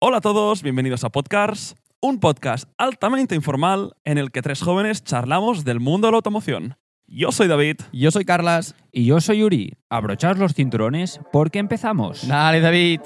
Hola a todos, bienvenidos a Podcasts, un podcast altamente informal en el que tres jóvenes charlamos del mundo de la automoción. Yo soy David. Yo soy Carlas. Y yo soy Yuri. Abrochaos los cinturones porque empezamos. Dale, David.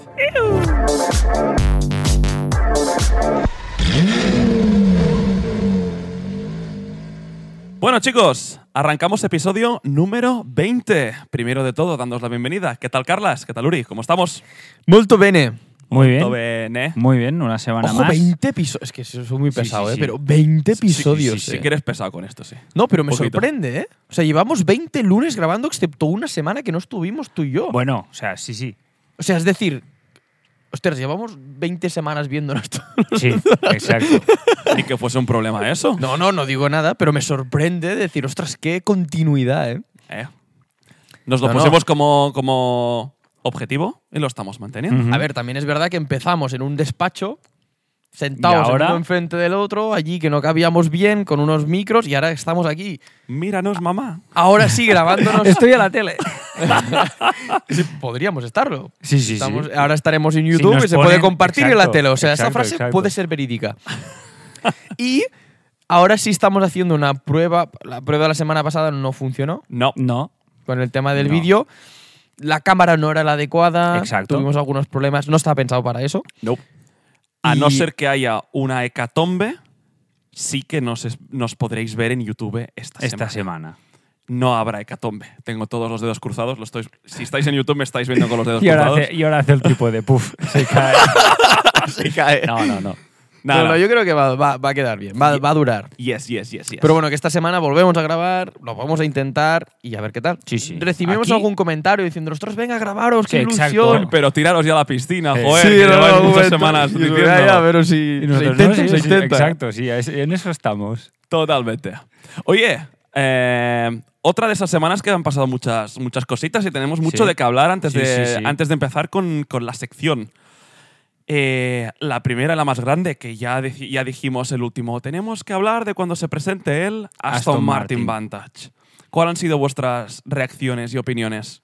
Bueno chicos, arrancamos episodio número 20. Primero de todo, dándoos la bienvenida. ¿Qué tal Carlas? ¿Qué tal Uri? ¿Cómo estamos? Molto bene. Muy Todo bien. bien, ¿eh? Muy bien, una semana Ojo, más. 20 episodios. Es que eso es muy Sí, pesado, sí, ¿eh? sí. Pero 20 episodios. Sí, sí, sí, eh. que eres pesado con esto, sí. No, pero me Poquito. sorprende, ¿eh? O sea, llevamos 20 lunes grabando, excepto una semana que no estuvimos tú y yo. Bueno, o sea, sí, sí. O sea, es decir, ostras, llevamos 20 semanas viéndonos. todos. Sí, exacto. Y que fuese un problema eso. no, no, no digo nada, pero me sorprende decir, ostras, qué continuidad, ¿eh? Eh. Nos lo No, no. pusimos Como, como objetivo y lo estamos manteniendo. Ujú. A ver, también es verdad que empezamos en un despacho, sentados Y ahora- el uno enfrente del otro, allí que no cabíamos bien, con unos micros, y ahora estamos aquí. Míranos, mamá. Ahora sí, grabándonos. Estoy a la tele. Sí, podríamos estarlo. Sí, sí, Estamos- sí. Ahora estaremos en YouTube nos y se puede ponen- compartir en la exacto, tele. O sea, esa exacto, frase exacto. puede ser verídica. y ahora sí estamos haciendo una prueba. La prueba de la semana pasada no funcionó No. No. con el tema del No. vídeo. La cámara no era la adecuada. Exacto. Tuvimos algunos problemas. No estaba pensado para eso. Nope. A no Y- ser que haya una hecatombe, sí que nos, es- nos podréis ver en YouTube esta, semana. Esta semana. No habrá hecatombe. Tengo todos los dedos cruzados. Lo estoy, si estáis en YouTube me estáis viendo con los dedos Y ahora, cruzados. hace, y ahora hace el tipo de puff. Se cae. Se cae. No, no, no. Nada. Pero yo creo que va, va- va a quedar bien. Va, va a durar. Yes, yes, yes, yes. Pero bueno, que esta semana volvemos a grabar, lo vamos a intentar y a ver qué tal. Sí, sí. Recibimos Aquí- algún comentario diciendo, ostras, venga, grabaros, qué Sí, ilusión. exacto. Joder, pero tiraros ya a la piscina, Sí. joder, que lleváis muchas semanas diciéndolo. pero si Y nosotros, no, sí, sí, Exacto, sí, es- en eso estamos. Totalmente. Oye, eh, otra de esas semanas que han pasado muchas, muchas cositas y tenemos mucho Sí. de qué hablar antes, Sí, de, sí, sí. antes de empezar con, con la sección. Eh, la primera, la más grande, que ya, deci- ya dijimos el último. Tenemos que hablar de cuando se presente el Aston, Aston Martin, Martin. Vantage. ¿Cuáles han sido vuestras reacciones y opiniones?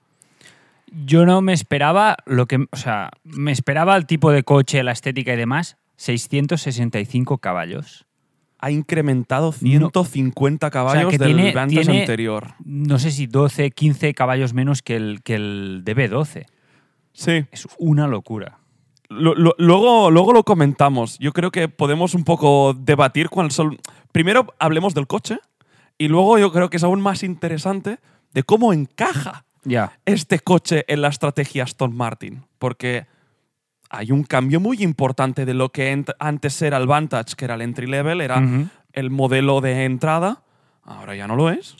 Yo no me esperaba lo que. O sea, me esperaba el tipo de coche, la estética y demás. 665 caballos. Ha incrementado 150 caballos que del tiene- Vantage tiene- anterior. No sé si 12, 15 caballos menos que el, que el DB12. Sí. Es una locura. Lo- lo- luego, luego lo comentamos. Yo creo que podemos un poco debatir cuál son. Primero hablemos del coche y luego yo creo que es aún más interesante de cómo encaja Ya. este coche en la estrategia Aston Martin. Porque hay un cambio muy importante de lo que ent- antes era el Vantage, que era el entry level, era Ujú. el modelo de entrada. Ahora ya no lo es.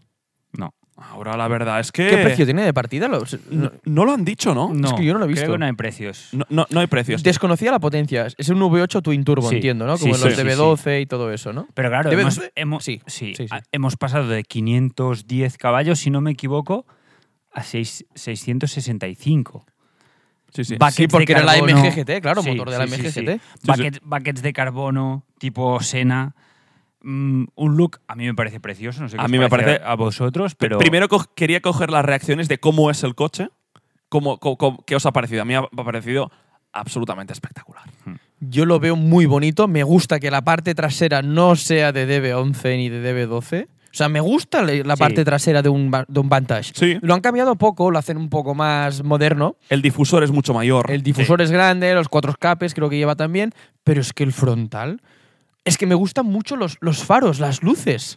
No. Ahora la verdad es que. Eh. ¿Qué precio tiene de partida? Los- No, no lo han dicho, ¿no? No, que yo no lo he visto. Creo que no hay precios. No, no- no hay precios. Desconocía la potencia. Es un V8 Twin Turbo, Sí. entiendo, ¿no? Sí, Como sí, los sí, DB12 y todo eso, ¿no? Pero claro, ¿Debe hemos, doce? hemos- Sí, sí, sí, sí. a- hemos pasado de 510 caballos, si no me equivoco, a seis- 665. Sí, sí. Buckets Sí, porque de era la carbono. MGGT, claro, motor de la MGGT. Bucket- buckets de carbono, tipo Sena. Mm, un look, a mí me parece precioso. No sé qué A os mí me parece- a vosotros, pero. Primero co- quería coger las reacciones de cómo es el coche, cómo, co- co- qué os ha parecido. A mí me ha parecido absolutamente espectacular. Yo lo veo muy bonito. Me gusta que la parte trasera no sea de DB11 ni de DB12. O sea, me gusta la la Sí. parte trasera de un, va- de un Vantage. Sí. Lo han cambiado poco, lo hacen un poco más moderno. El difusor es mucho mayor. El difusor es grande, los cuatro escapes creo que lleva también, pero es que el frontal. Es que me gustan mucho los, los faros, las luces.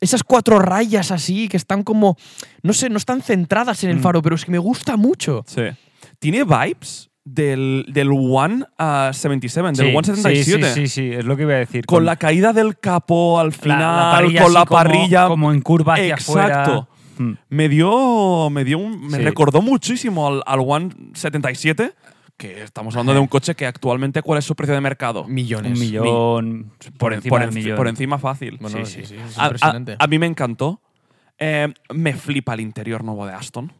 Esas cuatro rayas así que están como. No sé, no están centradas en el faro, pero es que me gusta mucho. Sí. Tiene vibes del, del One ah, 77, Sí, del One sí, 77. Sí, sí, sí, es lo que iba a decir. Con la caída del capó al la- final, la parrilla con la así como- parrilla. Como, en curva hacia afuera. Exacto. Mm. Me dio. Me, dio un- me Sí. recordó muchísimo al, al One 77, que estamos hablando de un coche que actualmente, ¿cuál es su precio de mercado? Millones. Un millón. Por encima del enci- millón. por encima fácil. Bueno, Sí, sí, sí, sí. es A- a- impresionante. A, mí me encantó. Eh, me flipa el interior nuevo de Aston.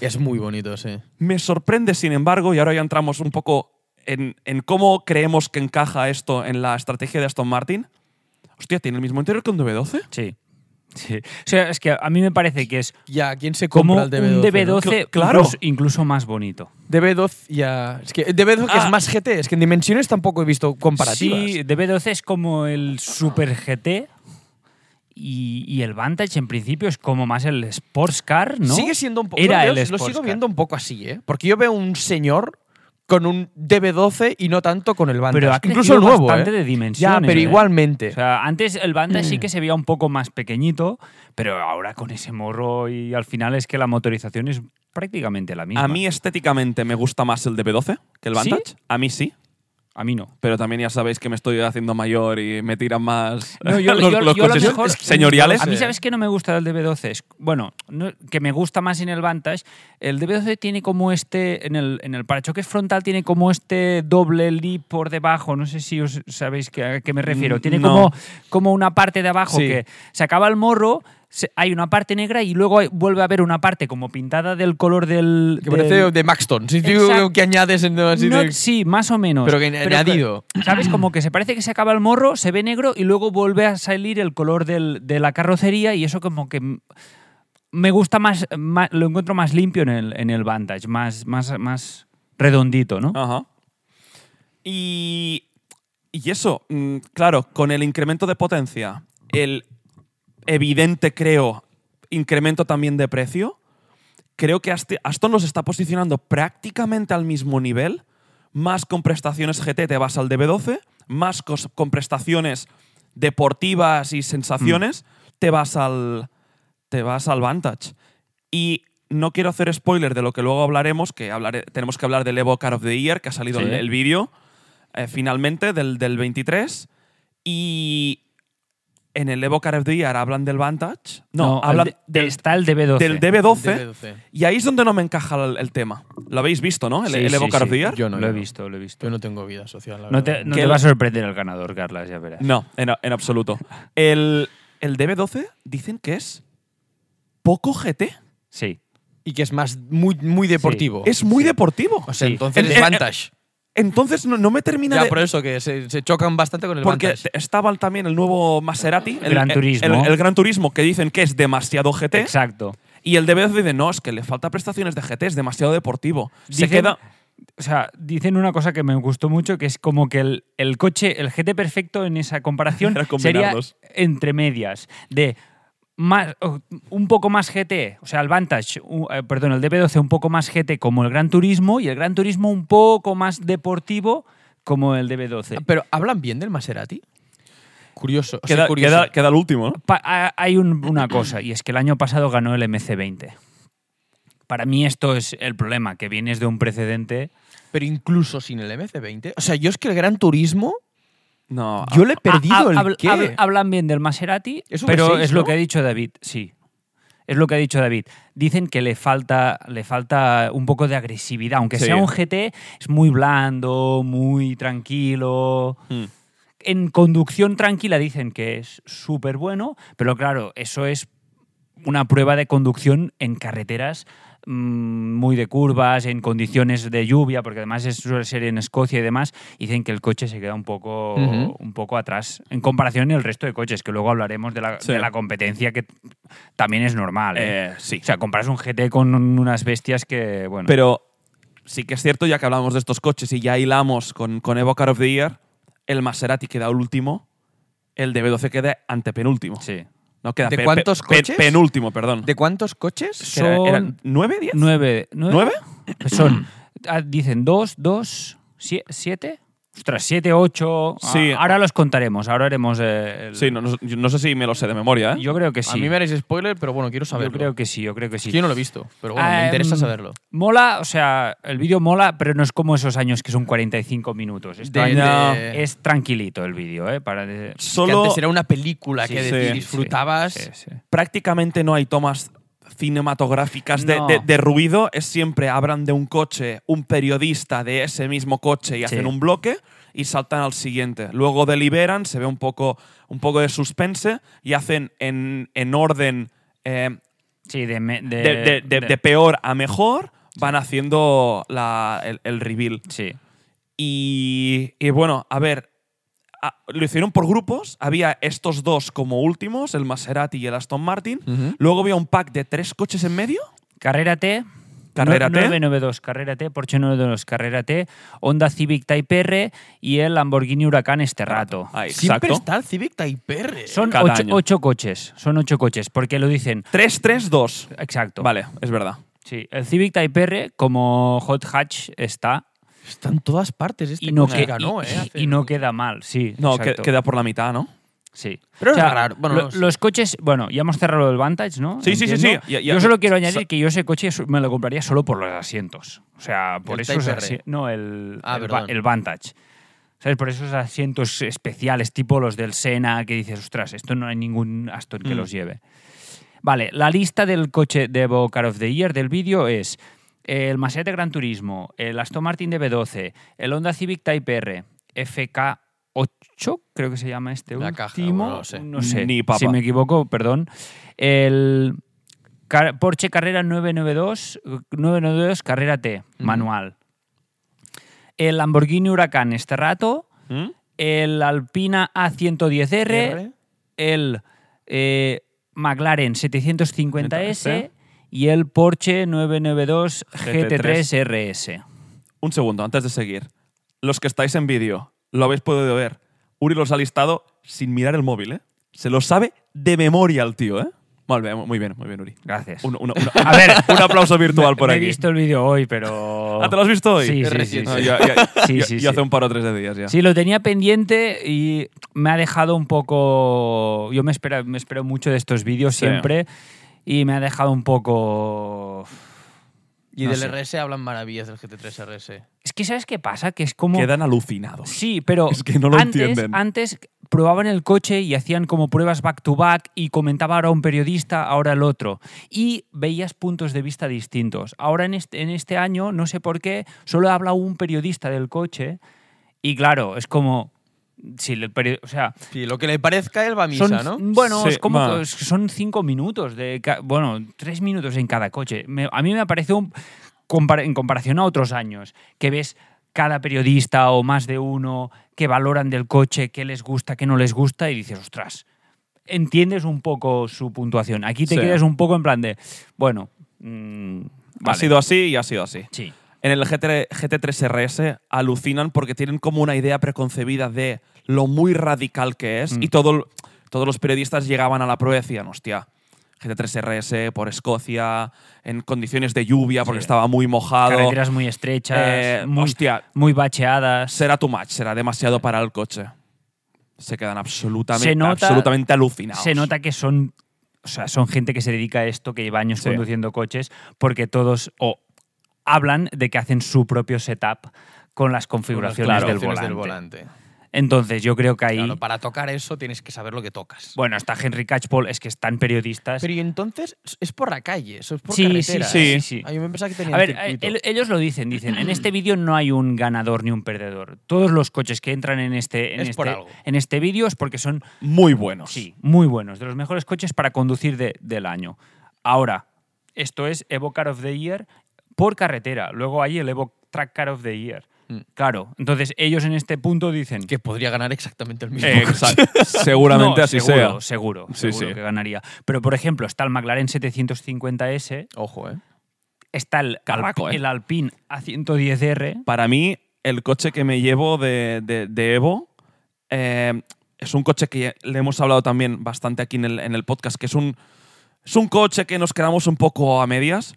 es muy bonito, sí. Me sorprende, sin embargo, y ahora ya entramos un poco en, en cómo creemos que encaja esto en la estrategia de Aston Martin. Hostia, tiene el mismo interior que un DB12. Sí. Sí. O sea, es que a mí me parece que es Ya, ¿quién se como compra un el DB12? no? DB12 Cl- claro. incluso, incluso más bonito. DB12 ya. Es que el DB12 que Ah. es más GT, es que en dimensiones tampoco he visto comparativas. Sí, DB12 es como el Super GT y, y el Vantage en principio es como más el Sports Car, ¿no? Sigue siendo un poco. Era lo, el veo- lo Sports sigo Car. viendo un poco así, ¿eh? Porque yo veo un señor con un DB12 y no tanto con el Vantage. Pero ha Incluso el crecido nuevo. bastante ¿eh? de ya, dimensiones. pero ¿eh? igualmente. O sea, antes el Vantage sí que se veía un poco más pequeñito, pero ahora con ese morro y al final es que la motorización es prácticamente la misma. A mí estéticamente me gusta más el DB12 que el ¿Sí? Vantage. A mí sí. a mí no. Pero también ya sabéis que me estoy haciendo mayor y me tiran más No, yo- los, yo- los yo a lo coches mejor- señoriales. eh. A mí, Sí. ¿sabes que no me gusta del DB12? Es- bueno, no- que me gusta más en el Vantage. El DB12 tiene como este, en el, en el parachoques frontal, tiene como este doble lip por debajo. No sé si os sabéis que- a qué me refiero. Tiene Mm, no. como, como una parte de abajo Sí. que se acaba el morro. se- Hay una parte negra y luego hay- vuelve a haber una parte como pintada del color del. que del- parece de Maxton. Si digo Exacto. que añades en así no, de- sí, más o menos. Pero que añadido. ¿Sabes? Como que se parece que se acaba el morro, se ve negro y luego vuelve a salir el color del- de la carrocería y eso como que m- me gusta más, ma- lo encuentro más limpio en el, en el Vantage, más, más, más redondito, ¿no? Ajá. Y, y eso, mm, claro, con el incremento de potencia, el evidente, creo, incremento también de precio, creo que Ast- Aston los está posicionando prácticamente al mismo nivel. Más con prestaciones GT te vas al DB12, más cos- con prestaciones deportivas y sensaciones te vas al te vas al Vantage. Y no quiero hacer spoiler de lo que luego hablaremos, que hablaré- tenemos que hablar del Evo Car of the Year, que ha salido Sí. el, el vídeo eh, finalmente del, del 23. Y en el Evo Car of the Year hablan del Vantage. No, el hablan de- del, está el DB12. del DB12. DB12. Y ahí es donde no me encaja el, el tema. Lo habéis visto, ¿no? El, Sí, el sí, Evo Car of sí. the Year. Yo no, lo he yo no. visto, lo he visto. Yo no tengo vida social, la No verdad. te, no Que te el- va a sorprender el ganador, Carlas, ya verás. No, en, en absoluto. El, el DB12 dicen que es poco GT. Sí. Y que es más muy, muy deportivo. Es muy deportivo. O sea, Oh, Sí. entonces Eh, es eh, Vantage. Entonces no, no me termina Ya, de... por eso que se, se chocan bastante con el Porque Vantage. te- estaba el- también el nuevo Maserati, el Gran Turismo. el- el Gran Turismo, que dicen que es demasiado GT. Exacto. Y el DB12 dice, no, es que le falta prestaciones de GT, es demasiado deportivo. Se Dicen- queda... O sea, dicen una cosa que me gustó mucho, que es como que el, el coche, el GT perfecto en esa comparación Era sería combinarlos. entre medias, de más, o- un poco más GT, o sea, el Vantage, u- eh, perdón, el DB12 un poco más GT como el Gran Turismo y el Gran Turismo un poco más deportivo como el DB12. Ah, Pero ¿hablan bien del Maserati? Curioso. o sea, Queda, curioso. queda- queda el último, ¿no? Pa- ha- hay un- una cosa, y es que el año pasado ganó el MC20. Para mí esto es el problema, que vienes de un precedente Pero incluso sin el MC20. O sea, yo es que el Gran Turismo, No. yo le he perdido Ah, ah, el habl- qué. habl- hablan bien del Maserati, Es un pero V6, es lo ¿no? que ha dicho David, sí. Es lo que ha dicho David. Dicen que le falta, le falta un poco de agresividad. Aunque Sí. sea un GT, es muy blando, muy tranquilo. Hmm. Mm. En conducción tranquila dicen que es súper bueno, pero claro, eso es una prueba de conducción en carreteras mm, muy de curvas, en condiciones de lluvia, porque además es, suele ser en Escocia y demás, y dicen que el coche se queda un poco, Ujú. un poco atrás en comparación al resto de coches, que luego hablaremos de la, Sí. de la competencia, que t- también es normal. ¿eh? Eh, sí. O sea, compras un GT con un- unas bestias que, bueno, Pero sí que es cierto, ya que hablamos de estos coches y ya hilamos con, con Evo Car of the Year, el Maserati queda el último, el DB12 queda antepenúltimo. sí. No queda ¿De cuántos coches? penúltimo, perdón. ¿De cuántos coches? Que era- Son eran ¿Nueve, diez? nueve, ¿Nueve? Son, ah, dicen dos, dos, sie- siete. Ostras, siete, ocho. Ah, Sí. ahora los contaremos, ahora haremos eh, el- Sí, no, no- yo no sé si me lo sé de memoria, ¿eh? Yo creo que sí. A mí me haréis spoiler, pero bueno, quiero yo saberlo. creo que sí, yo creo que sí. Es que Yo no lo he visto, pero bueno, me Ah, interesa em, saberlo. Mola, o sea, el vídeo mola, pero no es como esos años que son 45 minutos. Este De- año Eh, de- es tranquilito el vídeo, ¿eh? Para de- Que Solo antes era una película Sí, que sí, de- sí, disfrutabas. Sí, sí. prácticamente no hay tomas cinematográficas de, No. de- de ruido, es siempre hablan de un coche, un periodista de ese mismo coche y hacen un bloque y saltan al siguiente. Luego deliberan, se ve un poco, un poco de suspense y hacen en, en orden eh, Sí, de, me- de- de, de- de- Eh, de- de peor a mejor, van haciendo la- el, el reveal. Sí. Y, y bueno, a ver, a- lo hicieron por grupos. Había estos dos como últimos, el Maserati y el Aston Martin. Luego había un pack de tres coches en medio. Carrera T. Carrera T. 992, Carrera T, Porsche 992, Carrera T, Honda Civic Type R y el Lamborghini Huracán Esterrato. Ah, Siempre exacto. está el Civic Type R. Son Cada ocho, año. ocho coches, son ocho coches, porque lo dicen. 3-3-2. Exacto. Vale, es verdad. Sí, el Civic Type R como hot hatch está Está en todas partes. Este y no, coche que- ganó, y- ¿eh? y- Hace- y no queda mal, sí. No, que- exacto. queda por la mitad, ¿no? Sí. Pero es raro, bueno, lo- no sé. los coches, bueno, ya hemos cerrado el Vantage, ¿no? Sí, sí, sí, Entiendo. sí, ya- ya- yo solo quiero sa- añadir que yo ese coche so- me lo compraría solo por los asientos. O sea, por El esos Type R. asi- No, el, Ah, el va- perdón. el Vantage. ¿Sabes? Por esos asientos especiales, tipo los del Sena, que dices, ostras, esto no hay ningún Aston que Mm. los lleve. Vale, la lista del coche de Car of the Year del vídeo es eh, el Maserati Gran Turismo, el Aston Martin DB12, el Honda Civic Type R, FK8, creo que se llama este La último. caja, bueno, no sé. sé, Ni papa. si me equivoco, perdón. El Car- Porsche Carrera 992, 992 Carrera T, manual. El Lamborghini Huracán este rato, ¿Mm? el Alpina A110R, R. el eh, McLaren 750S 750S. y el Porsche 992 GT3 GT3 RS. Un segundo, antes de seguir. Los que estáis en vídeo, lo habéis podido ver. Uri los ha listado sin mirar el móvil, ¿eh? Se lo sabe de memoria el tío, ¿eh? Muy bien, muy bien, muy bien Uri. Gracias. Un, un- un- a ver, un aplauso virtual por Me aquí. He visto el vídeo hoy, pero. Ah, ¿te lo has visto hoy? Sí, sí, sí. reciente. No, sí. yo, yo- Sí, yo- sí, yo sí. hace un par o tres de días ya. Sí, lo tenía pendiente y me ha dejado un poco. Yo me espero, me espero mucho de estos vídeos Sí. siempre y me ha dejado un poco. Y no del sé. RS hablan maravillas del GT3 RS. Es que, ¿sabes qué pasa? Que es como. Quedan alucinados. Sí, pero Es que no lo antes, entienden. antes probaban el coche y hacían como pruebas back to back y comentaba ahora un periodista, ahora el otro. Y veías puntos de vista distintos. Ahora en este, en este año, no sé por qué, solo habla un periodista del coche y claro, es como... si el peri- o sea, Sí, lo que le parezca él va a misa, son, ¿no? Bueno, Sí, es como va. que es- son cinco minutos de ca- bueno, tres minutos en cada coche. Me- a mí me parece un compar- en comparación a otros años que ves cada periodista o más de uno que valoran del coche, qué les gusta, qué no les gusta y dices, ostras, entiendes un poco su puntuación. Aquí te Sí. quedas un poco en plan de, bueno, mm, Ha vale. sido así y ha sido así. Sí. En el GT, GT3 RS alucinan porque tienen como una idea preconcebida de lo muy radical que Mm. es y todo, el- todos los periodistas llegaban a la prueba y decían, hostia, GT3 RS por Escocia, en condiciones de lluvia porque Sí. estaba muy mojado. Carreteras muy estrechas, Eh, muy, hostia. muy bacheadas. Será too much, será demasiado para el coche. Se quedan absolutamente, Se nota- absolutamente alucinados. se nota que son, o sea, son gente que se dedica a esto, que lleva años Sí. conduciendo coches, porque todos o hablan de que hacen su propio setup con las configuraciones, Claro, del, volante. configuraciones Entonces yo creo que ahí... Claro, para tocar eso tienes que saber lo que tocas. Bueno, está Henry Catchpole, es que están periodistas. Pero y entonces es por la calle, eso es por Sí, sí, carretera. sí, ¿eh? sí. Ah, yo me pensaba que tenía a ver, circuito. eh, el- ellos lo dicen, dicen, en este vídeo no hay un ganador ni un perdedor. Todos los coches que entran en este, en Es por este, algo. en este vídeo es porque son Muy buenos. Sí, muy buenos, de los mejores coches para conducir de- del año. Ahora, esto es Evo Car of the Year por carretera. Luego hay el Evo Track Car of the Year. Mm. Claro, entonces ellos en este punto dicen. que podría ganar exactamente el mismo. Eh, exacto. Seguramente No, así sea. seguro, Seguro, Sí, seguro sí. que ganaría. Pero por ejemplo, está el McLaren 750S, Ojo, ¿eh? está el, Caraco, eh. el Alpine A110R. Para mí, el coche que me llevo de, de- de Evo eh, es un coche que le hemos hablado también bastante aquí en el, en el podcast, que es un, es un coche que nos quedamos un poco a medias.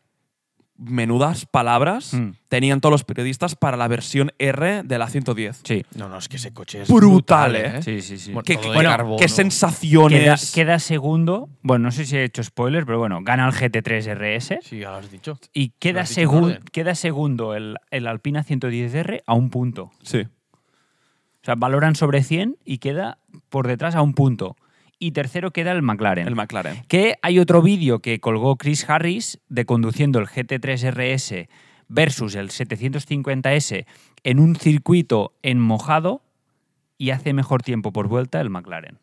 Menudas palabras Mm. tenían todos los periodistas para la versión R de la 110. Sí. No, no, es que ese coche es Brutal, ¿eh? Sí, sí, sí. Bueno, ¿Qué, todo qué- de bueno, carbono. qué Queda, sensaciones? queda segundo. Bueno, no sé si he hecho spoiler, pero bueno, gana el GT3 RS. Sí, ya lo has dicho. Y queda, has dicho en segun- orden. queda segundo el, el Alpina 110R a un punto. sí. O sea, valoran sobre 100 y queda por detrás a un punto. Y tercero queda el McLaren. El McLaren. que hay otro vídeo que colgó Chris Harris de conduciendo el GT3 RS versus el 750S en un circuito en mojado y hace mejor tiempo por vuelta el McLaren.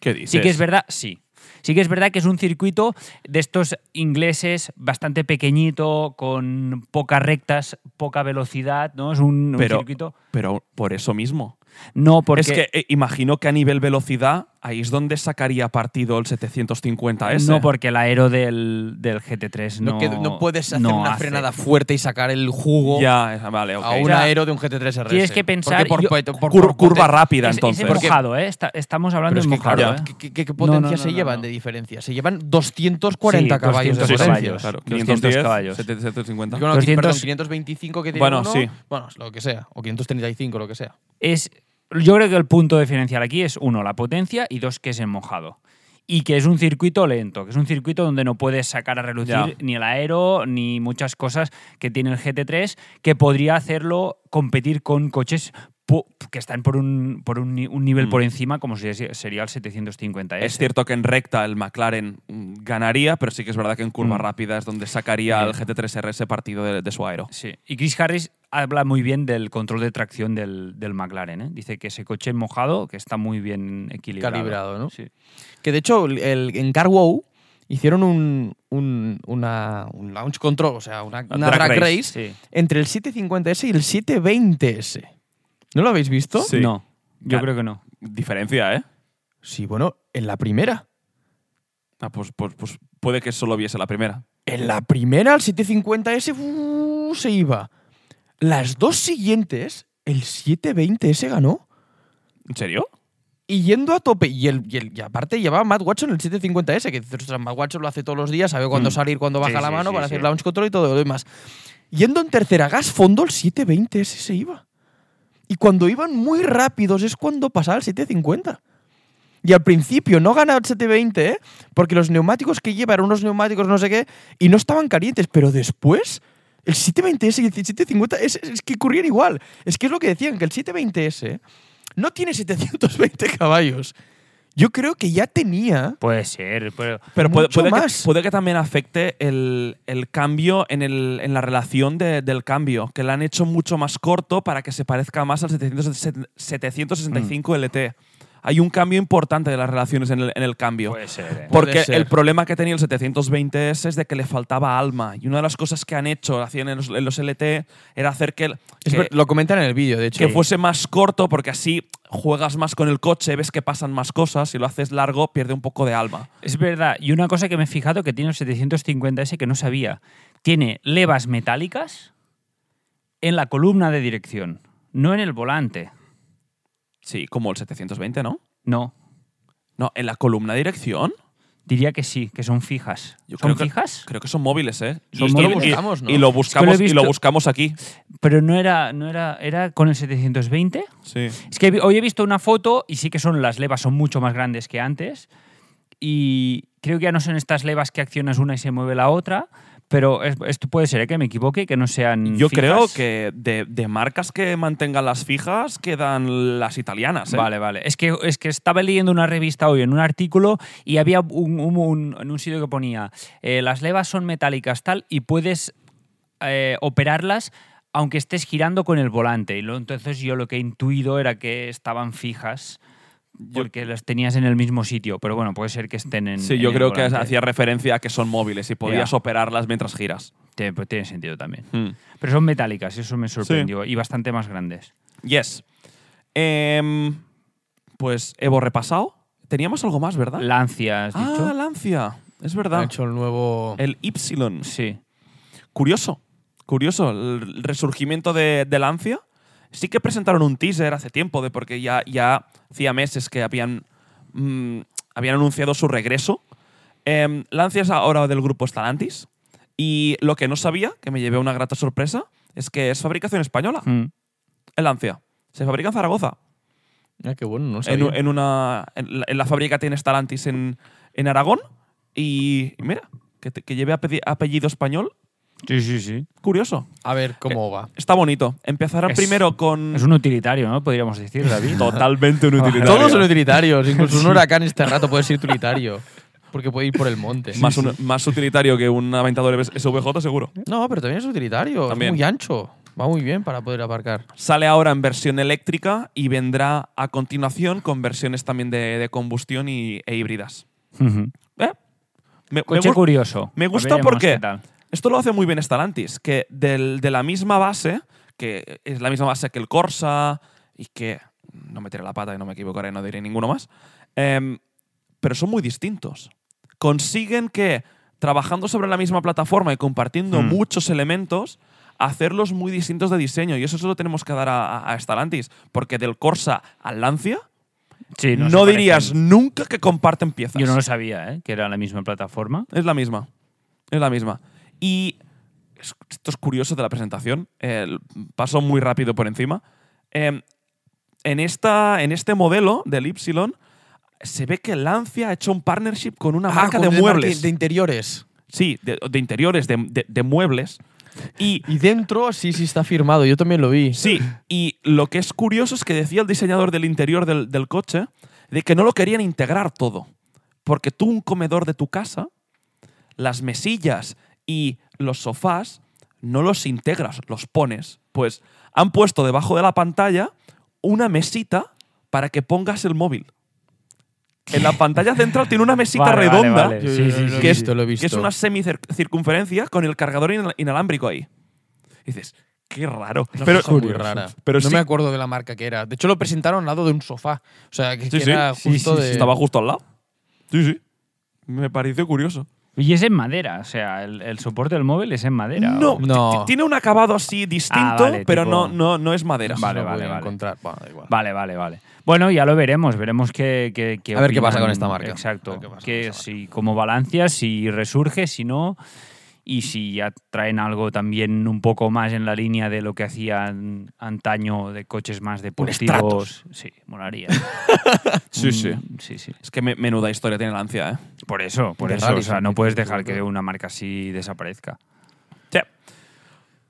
¿Qué dices? Sí que es verdad, sí. Sí que es verdad que es un circuito de estos ingleses bastante pequeñito, con pocas rectas, poca velocidad, ¿no? Es un, un Pero- circuito... Pero por eso mismo. No, porque Es que eh, imagino que a nivel velocidad, ahí es donde sacaría partido el 750 s No, porque el aero del, del GT3 no. No, que- no puedes hacer no una hace. frenada fuerte y sacar el jugo Ya, esa- vale, ok. a un Ya. aero de un GT3 RS. Tienes que pensar- Porque yo- por, por- por- Cur- por- curva por- rápida, Es- entonces. Es, mojado, ¿eh? Está- estamos hablando Pero es de que, mojado. claro, ¿eh? ¿qué- ¿qué, qué No, potencia no, no, se no, llevan no. de diferencia? Se llevan 240 Sí, caballos de 200 potencia. caballos. claro. 200 510, caballos. 750. Yo no, 200. perdón, 525 que tiene Bueno, uno, sí. Bueno, lo que sea. O 535, lo que sea. Es, yo creo que el punto diferencial aquí es, uno, la potencia y dos, que es en mojado. Y que es un circuito lento, que es un circuito donde no puedes sacar a relucir Ya. ni el aero ni muchas cosas que tiene el GT3 que podría hacerlo competir con coches po- que están por un, por un, ni- un Mm. nivel Este. por encima, como si es- sería el 750S. Es cierto que en recta el McLaren mm, ganaría, pero sí que es verdad que en curva Mm. rápida es donde sacaría Sí. el GT3RS partido de, de su aero. Sí, y Chris Harris habla muy bien del control de tracción del, del McLaren. ¿eh? Dice que ese coche mojado que está muy bien equilibrado. Calibrado, ¿no? Sí. Que de hecho, el, el- en CarWow hicieron un, un, una, un launch control, o sea, una, una drag drag, race, race, sí. entre el 750S y el 720S. ¿No lo habéis visto? Sí. No, yo Claro. creo que no. Diferencia, ¿eh? Sí, bueno, en la primera. Ah, pues, pues- pues puede que solo viese la primera. En la primera, el 750S ¡uh! se iba. Las dos siguientes, el 720S ganó. ¿En serio? Y yendo a tope, y, el, y, el- y aparte llevaba Matt Watson el 750S, que dices, "Ostras, Matt Watson lo hace todos los días, sabe cuándo Mm. salir, cuándo Sí, baja la sí, mano sí, para sí. hacer launch control y todo lo demás. Yendo en tercera gas fondo, el 720S se iba. Y cuando iban muy rápidos es cuando pasaba el 750. Y al principio no ganaba el 720, ¿eh? porque los neumáticos que lleva eran unos neumáticos no sé qué, y no estaban calientes, pero después el 720S y el 750S es, es que corrían igual. Es que es lo que decían, que el 720S no tiene 720 caballos. Yo creo que ya tenía... Puede ser, pero Pero puede, Mucho puede que, más. puede que también afecte el, el cambio en, el- en la relación de- del cambio, que la han hecho mucho más corto para que se parezca más al 700 Mm. 765 LT. Hay un cambio importante de las relaciones en el, en el cambio. puede ser. ¿eh? Porque Pues, Puede ser. el problema que tenía el 720S es de que le faltaba alma. Y una de las cosas que han hecho, hacían en los, en los LT, era hacer que, el- Es que- ver- lo comentan en el vídeo, de hecho. que fuese más corto, porque así juegas más con el coche, ves que pasan más cosas. Si lo haces largo, pierde un poco de alma. Es verdad. Y una cosa que me he fijado que tiene el 750S que no sabía. Tiene levas metálicas en la columna de dirección, no en el volante. Sí, como el 720, ¿no? No, No, en la columna de dirección. diría que sí, que son fijas. Yo ¿Son creo que- fijas? Creo que son móviles, ¿eh? Son esto- móviles. Buscamos, ¿no? y lo lo he buscamos, y lo visto. buscamos aquí. Pero no era, no era, era con el 720. Sí. Es que vi- hoy he visto una foto y sí que son las levas, son mucho más grandes que antes. Y creo que ya no son estas levas que accionas una y se mueve la otra. Pero es- esto puede ser ¿eh? que me equivoque, que no sean. Yo Mm, fijas. creo que de, de marcas que mantengan las fijas quedan las italianas, ¿eh? Vale, vale. Es que, es que estaba leyendo una revista hoy en un artículo y había un, un- un- en un sitio que ponía eh, las levas son metálicas tal y puedes eh, operarlas aunque estés girando con el volante. Y lo- entonces yo lo que he intuido era que estaban fijas porque las tenías en el mismo sitio. Pero bueno, puede ser que estén en. Sí, yo en el creo que volante. hacía referencia a que son móviles y podías Ya. operarlas mientras giras. Tiene, pues tiene sentido también. Pero son metálicas, eso me sorprendió. Y bastante más grandes. Yes. Em, pues Evo repasado. Teníamos algo más, ¿verdad? Lancia, has dicho. ah, Lancia. Es Han verdad. Eh, hecho el nuevo... El Y. Sí. curioso, curioso, el resurgimiento de, de Lancia. Sí que presentaron un teaser hace tiempo, de porque ya, ya hacía meses que habían, mm, habían anunciado su regreso. Em, Lancia es ahora del grupo Stellantis y lo que no sabía, que me llevé una grata sorpresa, es que es fabricación española, Mm. el Lancia. Se fabrica en Zaragoza, Ah, qué bueno, no en, sabía. en una, en, la, en la fábrica tiene Stellantis en, en Aragón y mira, que, te- que lleve ape- apellido español, Sí, sí, sí. curioso. A ver cómo va. Está bonito. Empezarán Es- primero con. Mm. Es un utilitario, ¿no? Podríamos decir, David. Totalmente un utilitario. Todos son utilitarios, incluso un huracán este rato puede ser utilitario. Porque puede ir por el monte. Más, un- más utilitario que un aventador SVJ, seguro. No, pero también es utilitario, También. es muy ancho. Va muy bien para poder aparcar. Sale ahora en versión eléctrica y vendrá a continuación con versiones también de, de combustión y, e híbridas. Ujú. ¿Eh? Me, me Coche gu- curioso. me gusta Veremos porque- qué tal. Esto lo hace muy bien Stellantis, que del- de la misma base, que es la misma base que el Corsa y que no meteré la pata y no me equivocaré, no diré ninguno más. Em, pero son muy distintos. Consiguen que, trabajando sobre la misma plataforma y compartiendo Mm. muchos elementos, hacerlos muy distintos de diseño. Y eso se lo tenemos que dar a, a- a Stellantis, porque del Corsa al Lancia, Sí, no, se parecen. dirías nunca que comparten piezas. Yo no lo sabía, ¿eh? que era la misma plataforma. Es la misma. Es la misma. Y es- esto es curioso de la presentación. eh, paso muy rápido por encima. Eh, en, esta, en este modelo del Y se ve que Lancia ha hecho un partnership Ah, con una Ah, marca de muebles. De interiores. sí, de, de interiores, de, de- de muebles. Y Y dentro sí, sí está firmado. Yo también lo vi. sí, y lo que es curioso es que decía el diseñador del interior del, del coche de que no lo querían integrar todo. Porque tú un comedor de tu casa las mesillas y los sofás no los integras, los pones. Pues han puesto debajo de la pantalla una mesita para que pongas el móvil. En la pantalla central tiene una mesita Vale, vale, redonda, vale. Yo- Sí, yo- sí, yo sí, lo he que es- visto, lo he que visto. es una semicircunferencia con el cargador inal- inalámbrico ahí. Y dices, qué raro. Una pero cosa muy rara. pero no sí- me acuerdo de la marca que era. De hecho, lo presentaron al lado de un sofá. O sea, que, Sí, que sí. era Sí, justo sí, sí, de. Estaba justo al lado. Sí, sí. Me pareció curioso. Y es en madera, o sea, el, el soporte del móvil es en madera. No, ¿o? t- No. t- tiene un acabado así distinto, vale, pero tipo- no, no, no es madera. Eso Vale, no vale, podía vale. encontrar. Bueno, da igual. Vale, vale, vale. Bueno, ya lo veremos, veremos qué, qué- qué A ver qué opinan. pasa con esta marca. A Exacto. ver qué pasa Que con esta si como Valencia, si resurge, si no, y si ya traen algo también un poco más en la línea de lo que hacían antaño de coches más deportivos. Sí, molaría. Sí, Mm, sí. Sí, sí. Es que me- menuda historia tiene la ansia, ¿eh? Por eso, por De eso. rally, o sea, sí, no sí, puedes sí, dejar sí, que sí. una marca así desaparezca.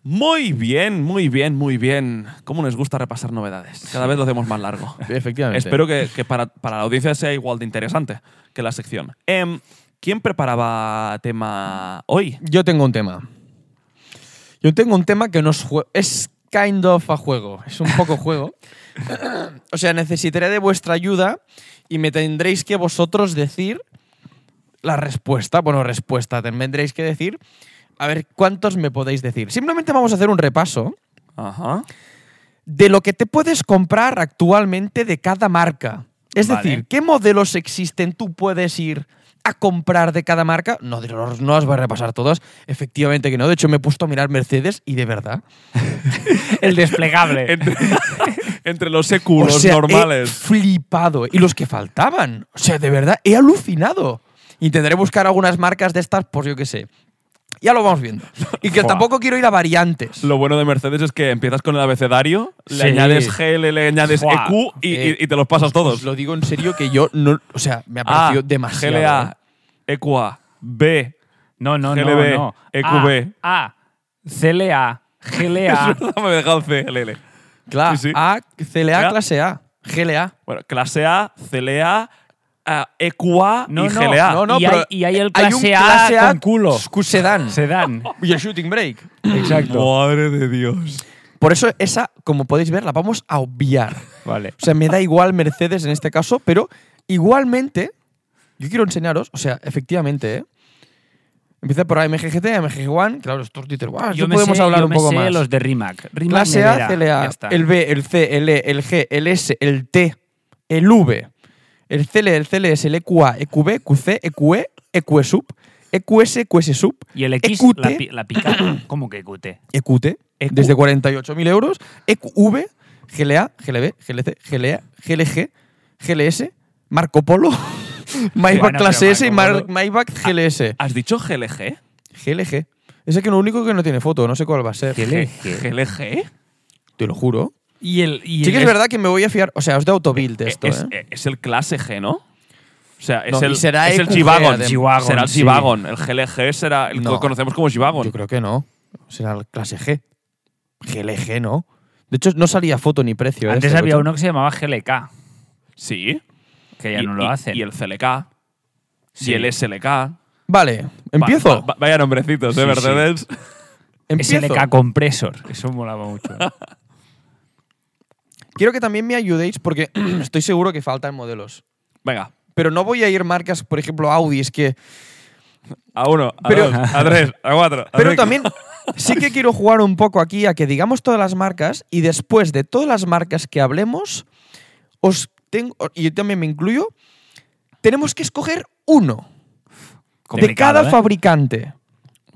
Muy bien, muy bien, muy bien. ¿Cómo nos gusta repasar novedades? Cada vez lo hacemos más largo. Efectivamente. Espero que, que para, para la audiencia sea igual de interesante que la sección. Em, ¿Quién preparaba tema hoy? Yo tengo un tema. Yo tengo un tema que no es jue- Es kind of a juego. Es un poco juego. o sea, necesitaré de vuestra ayuda y me tendréis que vosotros decir la respuesta. Bueno, respuesta. Tendréis que decir. A ver, ¿cuántos me podéis decir? Simplemente vamos a hacer un repaso Ajá. de lo que te puedes comprar actualmente de cada marca. Es Vale. decir, ¿qué modelos existen? Tú puedes ir a comprar de cada marca. No, de los- no os voy a repasar todos. Efectivamente que no. De hecho, me he puesto a mirar Mercedes y de verdad. El desplegable. Entre, entre los o séculos sea, He normales. flipado. Y los que faltaban. O sea, de verdad, he alucinado. Intentaré buscar algunas marcas de estas, pues yo qué sé. Ya lo vamos viendo. Y que Buah. tampoco quiero ir a variantes. Lo bueno de Mercedes es que empiezas con el abecedario, le Sí. añades GL, le añades Fua. EQ y, Eh, y- y te los pasas todos. Ah, Os lo digo en serio que yo no. O sea, me ha A, parecido demasiado. ¿eh? GLA, EQA, E B, No, no, GLB, no, no. EQB. A, A, CLA, GLA. Ah. No me he dejado CLL. Claro, Sí, sí. A, CLA, Ya. clase A. GLA. Bueno, clase A, CLA, ah, EQA No, y no, GLA. no, no. Y hay- y hay el clase A con culo. s- Sedán. Sedan. Y el shooting break. Exacto. Madre de Dios. Por eso esa, como podéis ver, la vamos a obviar. Vale. O sea, me da igual Mercedes en este caso, pero igualmente, yo quiero enseñaros, o sea, efectivamente, ¿eh? Empieza por AMG GT, AMG One, claro, estos dices, guau, esto podemos sé- hablar yo un me poco sé más. los de Rimac. Rimac Clase Nevera, A, ya CLA, está. el B, el C, el E, el G, el S, el T, el V, el CL, el CLS, el EQA, EQB, QC, EQE, EQE sub, EQS, QS sub, y el X, EQT, la, pi- la picada. ¿Cómo que E EQT? EQT, E, E, desde 48.000 euros, E, EQV, GLA, GLB, GLC, GLA, GLG, GLS, Marco Polo, Maybach Bueno, clase pero S y Marco Mar- Polo- Maybach GLS, ¿Has dicho GLG? GLG. Ese que lo único que no tiene foto, no sé cuál va a ser. E. ¿GLG? Te lo juro. Y el, y Sí que el- es verdad que me voy a fiar, o sea, os de Autobuild esto, es, ¿eh? es el clase G, ¿no? O sea, es No, y el, será es el EQG, G-Wagon. además. G-Wagon, Será el sí. G-Wagon. El GLG será el No. que conocemos como G-Wagon. Yo creo que no. Será el clase G. GLG, ¿no? De hecho, no salía foto ni precio. ¿eh? Antes Este había coche. uno que se llamaba GLK, Sí. que ya y, no lo y- hacen. Y el CLK. Sí. Y el SLK. Vale, empiezo. Va- va- vaya nombrecitos, ¿eh, Sí, sí. Mercedes? empiezo. SLK Compressor. Eso molaba mucho. Quiero que también me ayudéis porque estoy seguro que faltan modelos. Venga. Pero no voy a ir marcas, por ejemplo, Audi, es que. A uno, a Pero- dos, a tres, a cuatro. a Pero cinco. también sí que quiero jugar un poco aquí a que digamos todas las marcas y después de todas las marcas que hablemos, os tengo, y yo también me incluyo, tenemos que escoger uno de Complicado, cada ¿eh? fabricante.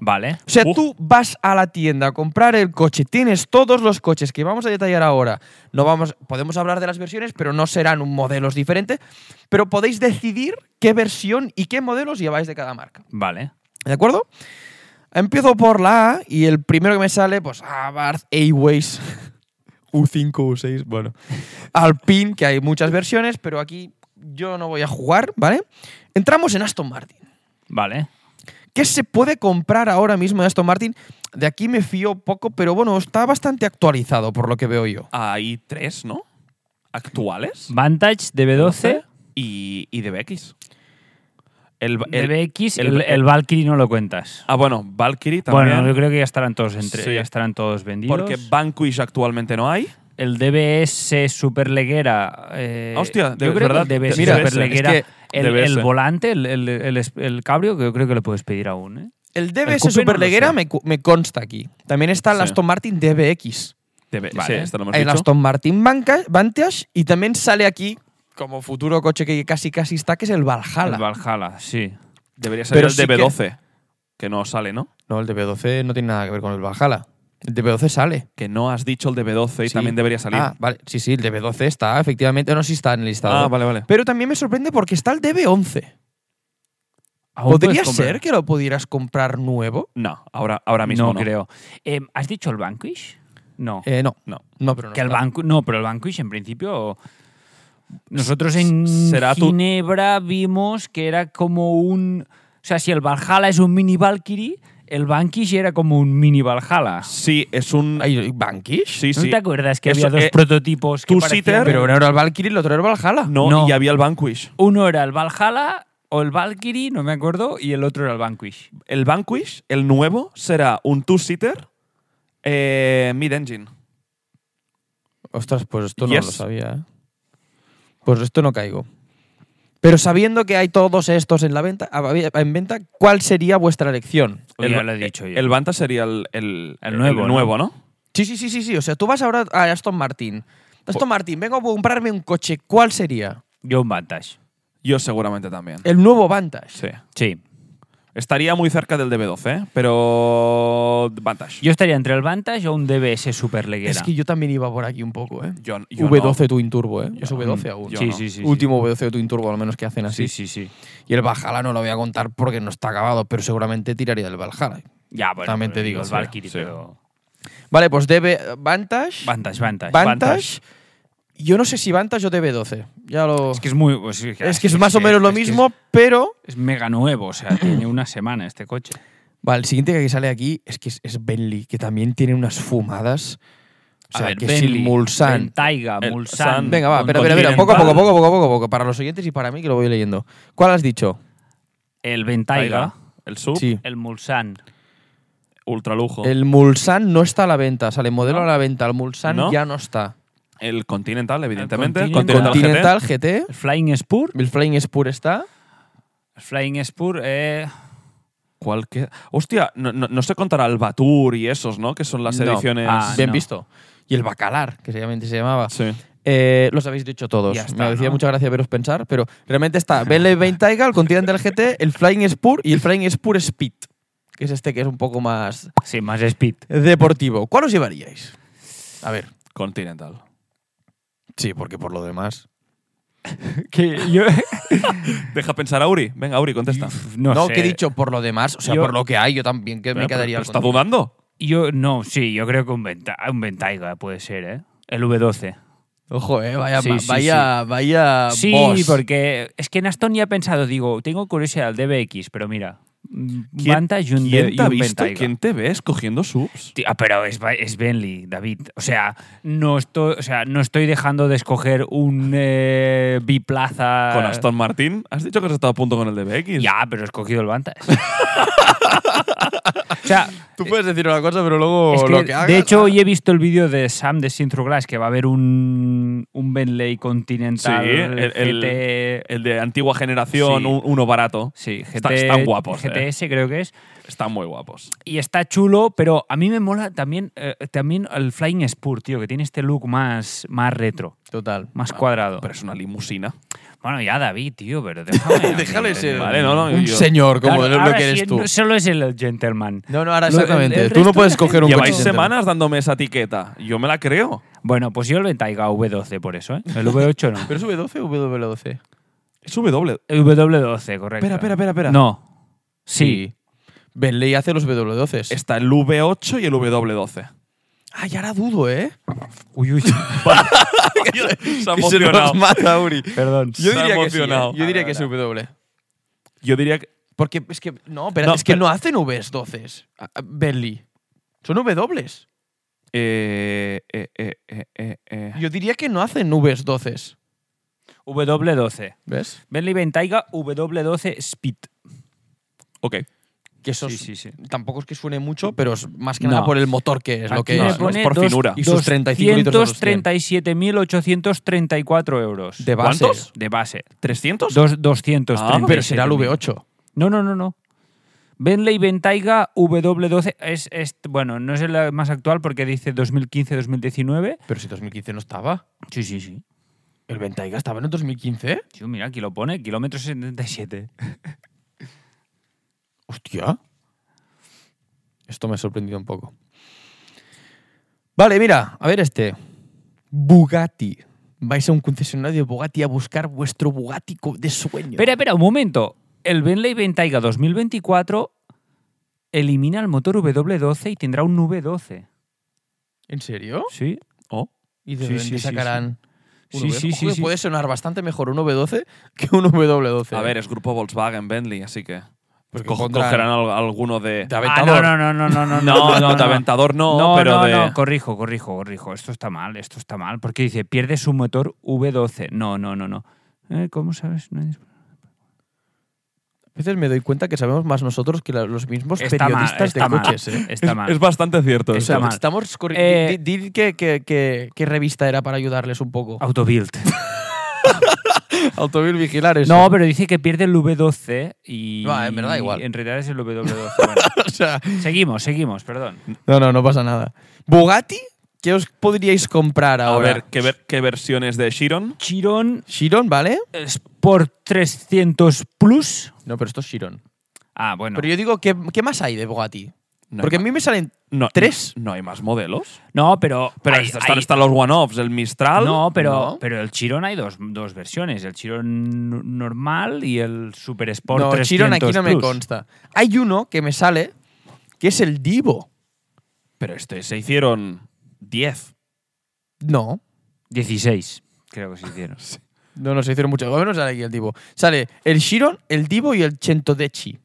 Vale. O sea, Uf. tú vas a la tienda a comprar el coche, tienes todos los coches que vamos a detallar ahora. No vamos, podemos hablar de las versiones, pero no serán un modelos diferentes. Pero podéis decidir qué versión y qué modelos lleváis de cada marca. Vale. ¿De acuerdo? Empiezo por la A y el primero que me sale, pues Abarth, A-Ways, U5, U6, bueno. Alpine, que hay muchas versiones, pero aquí yo no voy a jugar, ¿vale? Entramos en Aston Martin. Vale. ¿Qué se puede comprar ahora mismo de Aston Martin? De aquí me fío poco, pero bueno, está bastante actualizado por lo que veo yo. Hay tres, ¿no? Actuales. Vantage, DB12, Y, y DBX. El, el- DBX, el- el, el, el- Valkyrie no lo cuentas. ah, bueno, Valkyrie también. Bueno, yo creo que ya estarán todos entre, Sí. ya estarán todos vendidos. porque Vanquish actualmente no hay. el DBS Superleguera. Eh, Hostia, de- yo creo ¿verdad? que el DBS Mira, Superleguera. es que- el, el DBS. volante, el, el, el, es- el cabrio, que yo creo que lo puedes pedir aún. ¿eh? El El DBS coupe no lo Superleguera sé. me, cu- me consta aquí. También está el Sí. Aston Martin DBX, DB- Vale. Sí, esto lo hemos el dicho. Aston Martin Vanca- Vantage y también sale aquí como futuro coche que casi casi está, que es el Valhalla. El Valhalla, sí. Debería ser Pero el sí que- DB12, que... no sale, ¿no? no, el DB12 no tiene nada que ver con el Valhalla. El DB12 sale. Que no has dicho el DB12 y Sí. también debería salir. Ah, vale. Sí, sí, el DB12 está, efectivamente. No, sí está en el listado. Ah, vale, vale. Pero también me sorprende porque está el DB11. Aún ¿Podría puedes comprar. ser que lo pudieras comprar nuevo? No, ahora, ahora mismo no. no, creo. Eh, ¿Has dicho el Vanquish? No. Eh, no. No. No, pero no. que el está. Vanqu- no, pero el Vanquish en principio. Nosotros en será tu- Ginebra vimos que era como un. O sea, si el Valhalla es un mini Valkyrie, el Vanquish era como un mini Valhalla. Sí, es un. Ay, ¿Vanquish? Sí, ¿No sí. te acuerdas que Eso, había dos eh, prototipos que tú parecían- Sitter- Pero uno era el Valkyrie y el otro era el Valhalla. No, No. y había el Vanquish. Uno era el Valhalla o el Valkyrie, no me acuerdo, y el otro era el Vanquish. El Vanquish, el nuevo, será un two-seater eh, mid-engine. Ostras, pues esto no Yes. lo sabía. ¿eh? Pues esto no caigo. Pero sabiendo que hay todos estos en la venta, a- en venta, ¿cuál sería vuestra elección? El, Pues ya va- eh, lo he dicho yo. El Vanta sería el, el, El nuevo, ¿no? Sí, sí, sí, sí, sí. O sea, tú vas ahora a Aston Martin. Aston Martin, vengo a comprarme un coche. ¿Cuál sería? Yo un Vantage. Yo seguramente también. El nuevo Vantage. Sí. Sí. Estaría muy cerca del DB12, ¿eh? pero. Vantage. Yo estaría entre el Vantage o un DBS Superleguera. Es que yo también iba por aquí un poco, ¿eh? Yo- yo V12 Twin Turbo, ¿eh? es V12 mm, aún. yo sí, no. sí, sí, sí. Último V12 Twin Turbo, al menos que hacen así. Sí, sí, sí. Y el Valhalla no lo voy a contar porque no está acabado, pero seguramente tiraría del Valhalla. Ya, bueno. También pero te digo, El sí, Valkyrie, sí. pero. Vale, pues DB Vantage. Vantage, Vantage. Vantage. Yo no sé si Vantage o DB12. Ya lo. Es que es muy. pues o sea, Es que es más o menos lo es que mismo, pero. Es, es mega nuevo, o sea, tiene una semana este coche. Vale, el siguiente que sale aquí es que es, es Bentley, que también tiene unas fumadas. O sea, a ver, que si Bentley, el Mulsanne. Bentayga, El Mulsanne. San- Venga, va, con espera, espera, espera. Poco a Continental, poco, poco, poco, poco, poco. Para los oyentes y para mí que lo voy leyendo. ¿Cuál has dicho? El Bentayga, El Sub, Sí. el Mulsanne. ultralujo. El, El Mulsan no está a la venta. Sale modelo a la venta. El Mulsan ¿No? ya no está. Continental, evidentemente. El Continental, Continental GT. El Flying Spur. El Flying Spur está. El Flying Spur, eh, GT. ¿Cuál que- Hostia, no, no- no se contará el Batur y esos, ¿no? Que son las No. ediciones. Ah, Bien no. visto. Y el Bacalar, que realmente se llamaba. Sí. Eh, los habéis dicho todos. Ya está, Me hacía ¿no? mucha gracia veros pensar, pero realmente está Bentley Bentayga, el Continental GT, el Flying Spur y el Flying Spur Speed, que es este que es un poco más sí, más Speed. deportivo. ¿Cuál os llevaríais? A ver. Continental. Sí, porque por lo demás. Que yo, Deja pensar a Uri. Venga, Uri, contesta. no No, sé. que he dicho por lo demás, o sea, Yo- por lo que hay, yo también que me Pero- quedaría pero al ¿Está Continental. dudando? Yo, no, sí, yo creo que un, Venta- un Bentayga puede ser, ¿eh? El V12. Ojo, eh, vaya, Sí, ma- sí, vaya, vaya. Sí, Ah, boss. porque es que en Aston ya he pensado, digo, tengo curiosidad del DBX, pero mira, mm, ¿Quién- Vantage y un, ¿Quién de- y te ha un visto? Bentayga. ¿Quién te ves cogiendo subs? Tío, ah, pero es, Ba- es Bentley, David. O sea, no estoy, o sea, no estoy dejando de escoger un eh, biplaza. Con Aston Martin. Has dicho que has estado a punto con el DBX. eh. Ya, pero he escogido el Vantage. o sea, Tú puedes decir una cosa, pero luego es que, lo que hagas. de hecho, hoy he visto el vídeo de Sam de Sin Through Glass que va a haber un, un Bentley Continental Sí, el- el- GT El de antigua generación, Sí. un- uno barato. Sí, GT, Está- están guapos, GT GTS creo que es, Están muy guapos. y está chulo, pero a mí me mola también, eh, también el Flying Spur, tío, que tiene este look más, más retro, Total. más cuadrado. Ah, Pero es una limusina. bueno, ya David, tío, pero déjame. a mí, Déjale tío. ser Vale, no, no. un yo- señor como Claro, lo- lo ahora que eres sí, tú. no- Solo es el gentleman. No, no, ahora Lo- el- exactamente. el tú no resto puedes de coger un coche Lleváis sin semanas dándome esa etiqueta. Yo me la creo. Bueno, pues yo lo he taigado V12 por eso, ¿eh? El V8 no. entrar. ¿Pero es V12 o W12? Es W. El W12, correcto. Espera, espera, espera, espera. No. Sí. Bentley hace los W12. Está el V8 y el W12. Ah, ya ahora dudo, ¿eh? Uy, uy. Se ha Que se nos emocionado. mata, Uri. Perdón. Se ha emocionado. sí, ¿eh? Yo diría que es W. Yo diría que. Porque es que no, pero No, es que pero- no hacen Vs 12 Bentley. Son W. eh, eh, eh, eh, eh, eh. Yo diría que no hacen Vs 12 W12. ¿Ves? Bentley Bentayga W12 Speed. Ok. Que eso Sí, es- sí, sí. tampoco es que suene mucho, pero es más que No. nada por el motor que es lo que Aquí me es. le pone por dos- finura. Y sus 35 litros a los 100. 237.834 euros. De base. ¿Cuántos? De base. ¿300? Dos, 237. Ah, Pero será el V8. No, no, no, no. Bentley Bentayga W12 es, es- bueno, no es el más actual porque dice 2015-2019. Pero si 2015 no estaba. Sí, sí, sí. ¿El Ventaiga estaba en el 2015? Tío, mira, aquí lo pone, kilómetro 77. Hostia. Esto me ha sorprendido un poco. Vale, mira, a ver este. Bugatti. Vais a un concesionario de Bugatti a buscar vuestro Bugatti co- de sueño. Espera, espera, un momento. El Bentley Bentayga 2024 elimina el motor W12 y tendrá un V12. ¿En serio? ¿Sí? Oh. ¿Y de Sí, dónde sí, sí, sacarán? sí. un Sí, V12? sí, Ojo sí, que sí. Puede sonar bastante mejor un V12 que un V12. A ver, es grupo Volkswagen, Bentley, así que. pues Porque co- pondrán- cogerán al- alguno de. De Ah, aventador. no, no, no, no, no, no, No, no, no, de no. Aventador no, No, pero no, de. no, corrijo, corrijo, corrijo. Esto está mal, esto está mal. Porque dice, pierde su motor V12. No, no, no, no. Eh, ¿Cómo sabes? No es- A veces me doy cuenta que sabemos más nosotros que la- los mismos Está mal, periodistas está de mal, coches. ¿eh? Está mal. Es bastante cierto. Está eso. mal. Estamos corri- Eh, di- di- di que- que- que- qué revista era para ayudarles un Oh. poco. Autobuild. Automóvil vigilar eso. No, pero dice que pierde el V12 y. Va, en verdad igual. En realidad es el V12. Bueno, O sea, seguimos, seguimos, perdón. no, no, no pasa nada. ¿Bugatti? ¿Qué os podríais comprar A ahora? ver, ¿qué, ver- qué versiones de Chiron? Chiron Chiron, ¿vale? Sport 300 Plus. No, pero esto es Chiron. Ah, bueno. Pero yo digo, ¿qué, qué más hay de Bugatti? No Porque a hay mí me salen ma- no, tres. No hay más modelos. No, pero. Pero hay- están, hay- están los one-offs, el Mistral. no, pero, No. pero el Chiron hay dos, dos versiones: el Chiron n- normal y el Super Sport no, 300 Chiron aquí no me Plus. consta. Hay uno que me sale que es el Divo. Pero este se hicieron 10. No. 16, creo que se hicieron. No, no se hicieron mucho. Bueno, sale aquí el Divo. Sale el Chiron, el Divo y el Centodeci.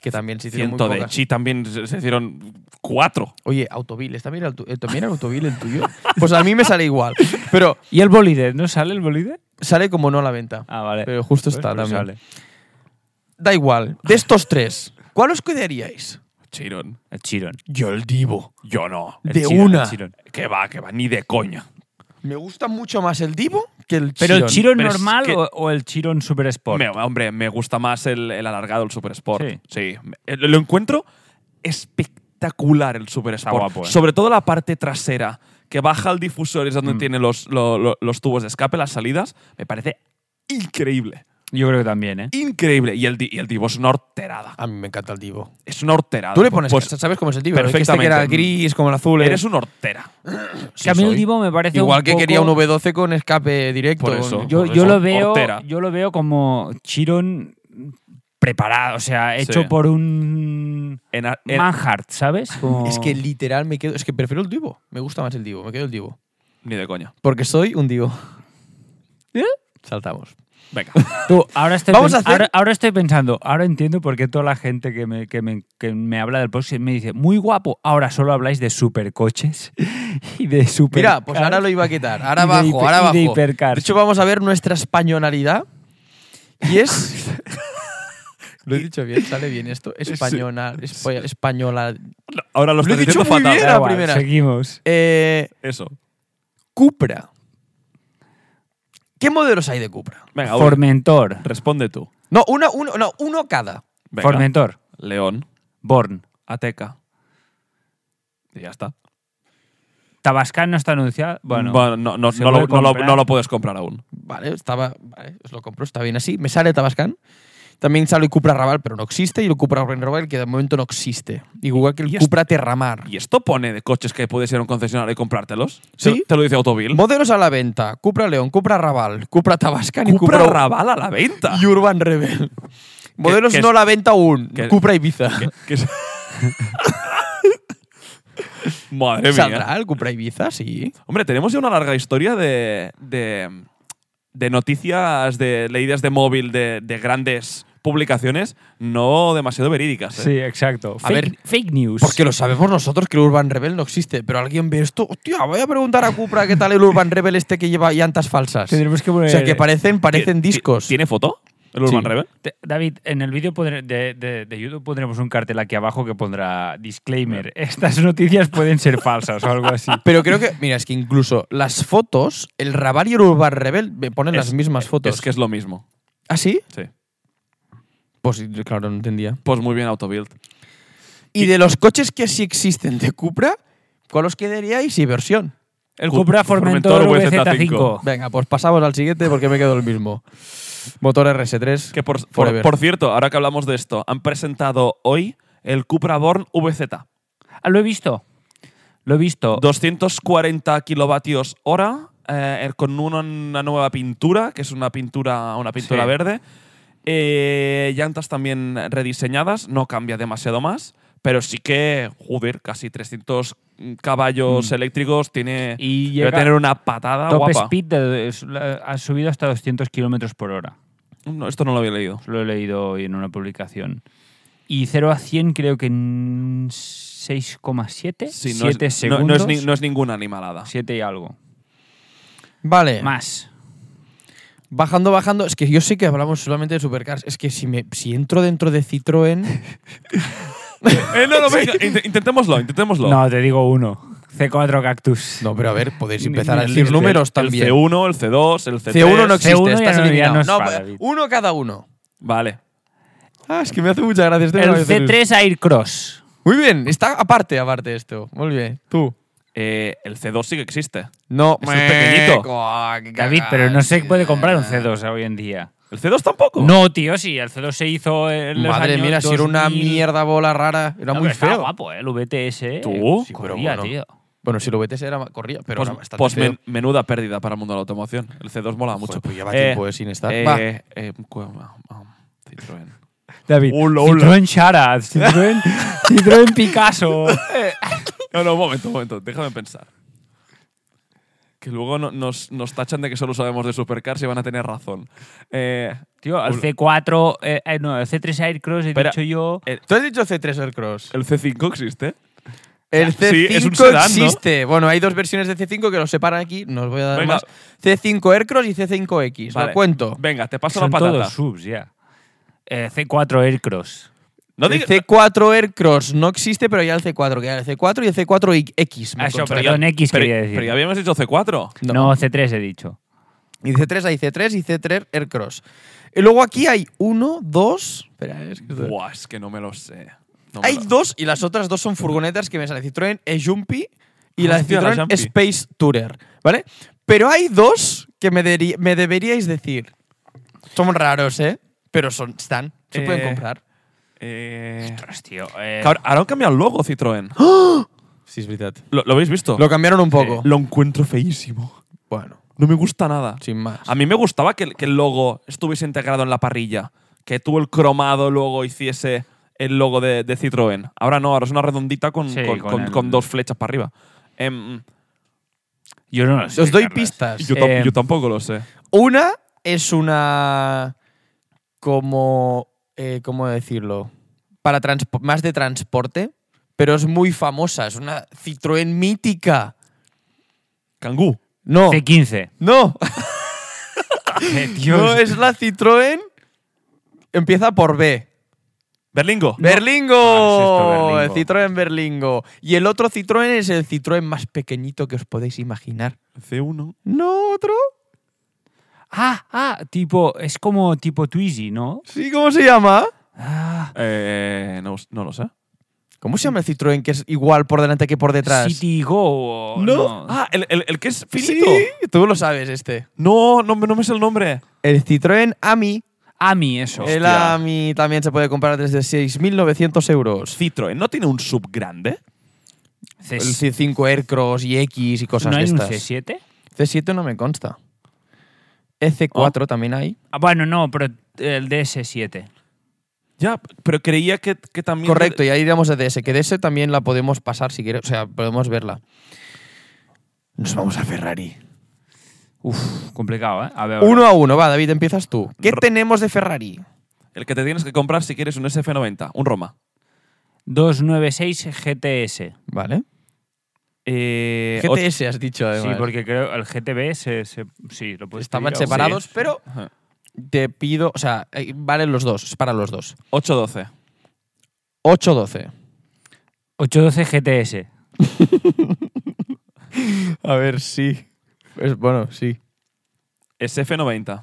Que también se hicieron muy Ciento de pocas. Chi también se se hicieron 4. Oye, Autovil, ¿está bien el, tu- eh, también el Autovil el tuyo? Pues a mí me sale igual. Pero ¿Y el bolide? ¿No sale el bolide? sale como no a la venta. Ah, vale. Pero justo Pues, está pero también. sale. Da igual. De estos tres, ¿cuál os cuidaríais? Chiron. El Chiron. Yo el Divo. Yo no. El De Chiron, el una. Chiron. Que va, que va, ni de coña. Me gusta mucho más el Divo que el Chiron. ¿Pero el Chiron Pero es normal que- o, o el Chiron Super Sport? Me- hombre, me gusta más el, el alargado, el Super Sport. Sí. Sí. Me- eh, Lo encuentro espectacular el Super Sport. guapo, ¿eh? Sobre todo la parte trasera, que baja al difusor y es Mm. donde tiene los, lo- lo- los tubos de escape, las salidas. Me parece increíble. Yo creo que también, ¿eh? Increíble. Y el, di- y el Divo es una horterada. A mí me encanta el Divo. Es una horterada. Tú le pones, Pues, ¿sabes cómo es el Divo? El que Este que perfectamente. era gris, como el azul. eres un hortera. Sí, que a mí el soy. Divo me parece Igual un que poco- quería un V12 con escape directo. Por eso. Yo, Por yo eso, lo veo, hortera. yo lo veo como Chiron preparado, o sea, hecho Sí. por un En a- en- Manhart, ¿sabes? Como- Es que literal me quedo. Es que prefiero el Divo. Me gusta más el Divo. Me quedo el Divo. ni de coña. Porque soy un Divo. ¿Eh? Saltamos. Venga. Tú, ahora estoy, Vamos pen- a hacer- ahora, ahora estoy pensando, ahora entiendo por qué toda la gente que me, que me, que me habla del podcast me dice, muy guapo, ahora solo habláis de supercoches y de super Mira, pues ahora lo iba a quitar. Ahora Y de bajo, hiper- ahora y de bajo. hipercars. hecho, vamos a ver nuestra españolaridad. Y es. lo he dicho bien, sale bien esto. Española. espo- Española. Ahora lo Lo he estoy diciendo dicho muy fatal. bien. Da la igual, primera. Seguimos. Eh, Eso. Cupra. ¿Qué modelos hay de Cupra? Venga, Uri, Formentor. responde tú. No, uno, uno, no, uno cada. Venga. Formentor. León, Born. Ateca. Y ya está. Tabascan no está anunciado. Bueno, no, no- se no lo, puede no lo- comprar. no lo puedes comprar aún. Vale, estaba, vale, os lo compro, está bien así. Me sale Tabascan. También sale el Cupra Raval, pero no existe, y el Cupra Raval, que de momento no existe. Igual que el y es- Cupra Terramar. ¿Y esto pone de coches que puedes ir a un concesionario y comprártelos? Sí. Te, te lo dice Autovil. Modelos a la venta: Cupra León, Cupra Raval, Cupra Tabascan y Cupra Cupra Raval a la venta. y Urban Rebel. Modelos que es- no a la venta aún. que- Cupra Ibiza. Que- que es- Madre mía. Pues ¿Saldrá el Cupra Ibiza? Sí. Hombre, tenemos ya una larga historia de, de, de noticias, de leídas de móvil, de, de grandes publicaciones, no demasiado verídicas. ¿eh? Sí, exacto. A fake, ver, fake news. Porque lo sabemos nosotros que el Urban Rebel no existe, pero alguien ve esto, hostia, voy a preguntar a Cupra qué tal el Urban Rebel este que lleva llantas falsas. Tendremos que O poner- sea, que parecen, parecen ¿Ti- discos. ¿Tiene foto? ¿El Urban Sí. Rebel? Te- David, en el vídeo pondré- de, de- de YouTube pondremos un cartel aquí abajo que pondrá disclaimer. Estas noticias pueden ser falsas o algo así. Pero creo que, mira, es que incluso las fotos, el Raval y el Urban Rebel me ponen las mismas fotos. Es que es lo mismo. ¿Ah, sí? Sí. Pues claro, no entendía. Pues muy bien, Autobuild. Y de los coches que sí existen de Cupra, ¿cuál os quedaríais y versión? El Cu- Cupra Formentor VZ5. VZ5. Venga, pues pasamos al siguiente porque me quedo el mismo. Motor RS3. Que por, por- Forever. por cierto, ahora que hablamos de esto, han presentado hoy el Cupra Born VZ. Ah, lo he visto. Lo he visto. 240 kilovatios hora, eh, con una, una nueva pintura, que es una pintura, una pintura Sí. verde. Eh, llantas también rediseñadas, no cambia demasiado más, pero sí que, joder, casi 300 caballos eléctricos tiene. Mm. y Debe llega tener una patada top guapa. speed de- es- la- ha subido hasta 200 kilómetros por hora. No, esto no lo había leído. Lo he leído hoy en una publicación. Y 0 a 100 creo que en 6,7 Sí, no, 7 es, no- segundos. no es ni- no es ninguna animalada. 7 y algo. Vale. Más. Bajando, bajando. Es que yo sé que hablamos solamente de supercars. Es que si, me, si entro dentro de Citroën. Eh, no, no, venga, int- intentémoslo, intentémoslo. No, te digo uno. C4 Cactus. No, pero a ver, podéis Ni- empezar ni a el decir C- números el también. C1, el C2, el C3. C1 no existe, C1 ya estás no- ya eliminado. no es para, pero David. uno cada uno. Vale. Ah, es que me hace mucha gracia este. El C3 Aircross. Muy bien, está aparte, aparte esto. Muy bien. Tú. Eh, el C2 sí que existe. No, Es un pequeñito. David, pero no se puede comprar un C2 hoy en día. ¿El C2 tampoco? No, tío, sí, el C2 se hizo en los Madre años mía, si era una 2000. mierda bola rara, era No, muy pero estaba feo. guapo, ¿eh? el VTS. Tú, sí, pero corría, bueno. tío. Bueno, si lo VTS era corría, pero pues era bastante pues feo. men- menuda pérdida para el mundo de la automoción. El C2 mola mucho. Joder, pues lleva Eh, tiempo eh, sin estar. eh, Va. eh, cu- ah, ah, Citroën. David, Hola, hola. Citroën Charad, Citroën, Citroën Picasso. No, no, un momento, un momento. Déjame pensar. Que luego no- nos, nos tachan de que solo sabemos de supercars y van a tener razón. Eh, Tío, el Hola. C4, eh, eh, no, el C3 Aircross, he Espera. dicho yo. ¿Tú has dicho C3 Aircross? ¿El C5 existe? El C5 Sí, es un sedán, ¿no? existe. Bueno, hay dos versiones de C5 que los separan aquí. Nos voy a dar Venga. más. C5 Aircross y C5X. Vale. Lo cuento. Venga, te paso Son la patata. todos subs, ya. Eh, C4 Aircross. No el digas- C4 Aircross no existe, pero ya el C4. Queda el C4 y el C4X. me Ah, eso, consta. pero ya- perdón, X pero, quería decir. pero ya habíamos dicho C4. no. C3 he dicho. Y C3 hay C3 y C3 Aircross. Y luego aquí hay uno, dos. Espera, eh, es que- Buah, es que no me lo sé. No me Hay lo- dos y las otras dos son furgonetas que me salen Citroën E-Jumpy y la Ah, Hostia, la Citroën Jumpy. Space Tourer, ¿vale? Pero hay dos que me, deri- me deberíais decir. Son raros, ¿eh? Pero son, están, se Eh, pueden comprar. Eh, Ostras, tío. eh, cabr- ahora han cambiado el logo Citroën. Sí, es verdad. ¿Lo, lo habéis visto? Lo cambiaron un poco. Eh, Lo encuentro feísimo. Bueno, No me gusta nada. sin más. A mí me gustaba que, el- que el logo estuviese integrado en la parrilla. Que tú el cromado luego hiciese el logo de, de Citroën. Ahora no, ahora es una redondita con, Sí, con- con con- el- con dos flechas para arriba. Em, yo no lo sé. Os doy Carles. pistas. yo, tam- Eh, yo tampoco lo sé. Una es una. Como. eh, ¿Cómo decirlo? Para transpo- más de transporte, pero es muy famosa. Es una Citroën mítica. Cangú. No. C15. No, Eh, tío, no es la Citroën. Empieza por B. Berlingo. ¡Berlingo! Ah, es el esto, Berlingo. eh, Citroën Berlingo. Y el otro Citroën es el Citroën más pequeñito que os podéis imaginar. C1. ¿No otro? Ah, ah, tipo, es como tipo Twizy, ¿no? Sí, ¿cómo se llama? Ah, marca? Eh, no, no lo sé. ¿Cómo se llama el Citroën que es igual por delante que por detrás? City Go. o- No. Ah, el, el- el que es Sí, finito. tú lo sabes este. No, no, me- no me es el nombre. El Citroën AMI. AMI, eso. El Hostia. AMI también se puede comprar desde 6.900 euros. Citroën, ¿no tiene un sub grande? C- El C5 Aircross y X y cosas ¿No de hay un estas. C7? C7 no me consta. EC4 también hay. Ah, bueno, no, pero el DS7. Ya, pero creía que, que también. Correcto, y ahí digamos de DS, que DS también la podemos pasar si quieres, o sea, podemos verla. Nos vamos a Ferrari. Uf, complicado, ¿eh? A ver. ahora. Uno a uno, va, David, empiezas tú. ¿Qué R- tenemos de Ferrari? El que te tienes que comprar si quieres un SF90, un Roma. 296 GTS. Vale. Eh, ot- GTS has dicho, además. Sí, porque creo el GTB se, se- sí, lo puedes Estaban pedir a- separados, sí. pero Ajá. te pido, o sea, eh, valen los dos, es para los dos. 812. 8-12. 812 GTS. A ver, sí. bueno, sí. SF90.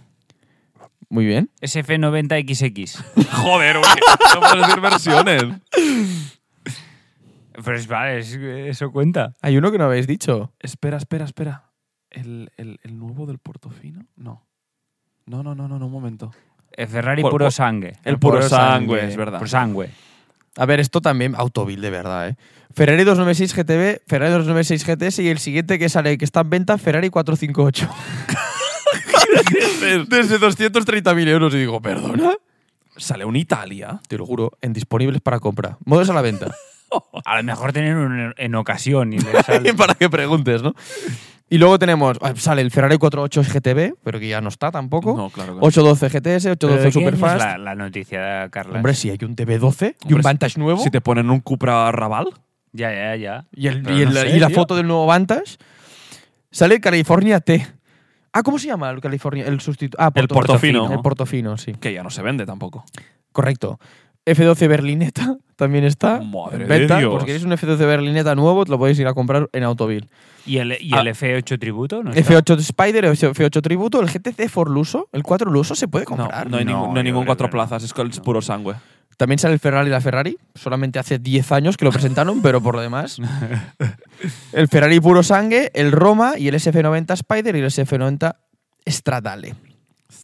Muy bien. SF90XX. Joder, güey. No puedes decir versiones. Pero es, Pues vale, es- eso cuenta. Hay uno que no habéis dicho. Espera, espera, espera. ¿El, el, el nuevo del Portofino? No. No, no, no, no, no, un momento. Eh, Ferrari Por- puro por- sangue. El, puro, puro sangue, sangue. es verdad. Puro sangue. A ver, esto también, autovil de verdad, ¿eh? Ferrari 296 GTB, Ferrari 296 GTS y el siguiente que sale, que está en venta, Ferrari 458. Desde 230.000 euros y digo, perdona. Sale un Italia. Te lo juro, en disponibles para compra. Modos a la venta. A lo mejor tener un- en ocasión. Y le sale. para que preguntes, ¿no? Y luego tenemos, ah, sale el Ferrari 48 GTB, pero que ya no está tampoco. No, claro que no. 812 GTS, Pero 812 ¿de qué año es Superfast. La, la noticia, Carla. Hombre, sí, hay un TB12 y Hombre, un Vantage nuevo. Si te ponen un Cupra Raval. Ya, ya, ya. Y, el- Pero y el- no sé, y la tío. foto del nuevo Vantage sale el California T. Ah, ¿cómo se llama el California? El sustituto. Ah, El Portofino. El Portofino, sí. Que ya no se vende tampoco. Correcto. F12 Berlineta también está. Madre en de venta. Dios. Por si queréis un F12 Berlineta nuevo, te lo podéis ir a comprar en Autoville. ¿Y el, y Ah. el F8 tributo? ¿No está? F8 Spider, F8 Tributo, el GTC Forluso, el 4 Luso se puede No, comprar. no hay No, ningún, no yo hay ningún creo cuatro que no. plazas, es, col- es puro sangue. También sale el Ferrari y la Ferrari. Solamente hace 10 años que lo presentaron, pero por lo demás. El Ferrari puro sangue, el Roma y el SF90 Spider y el SF90 Stradale.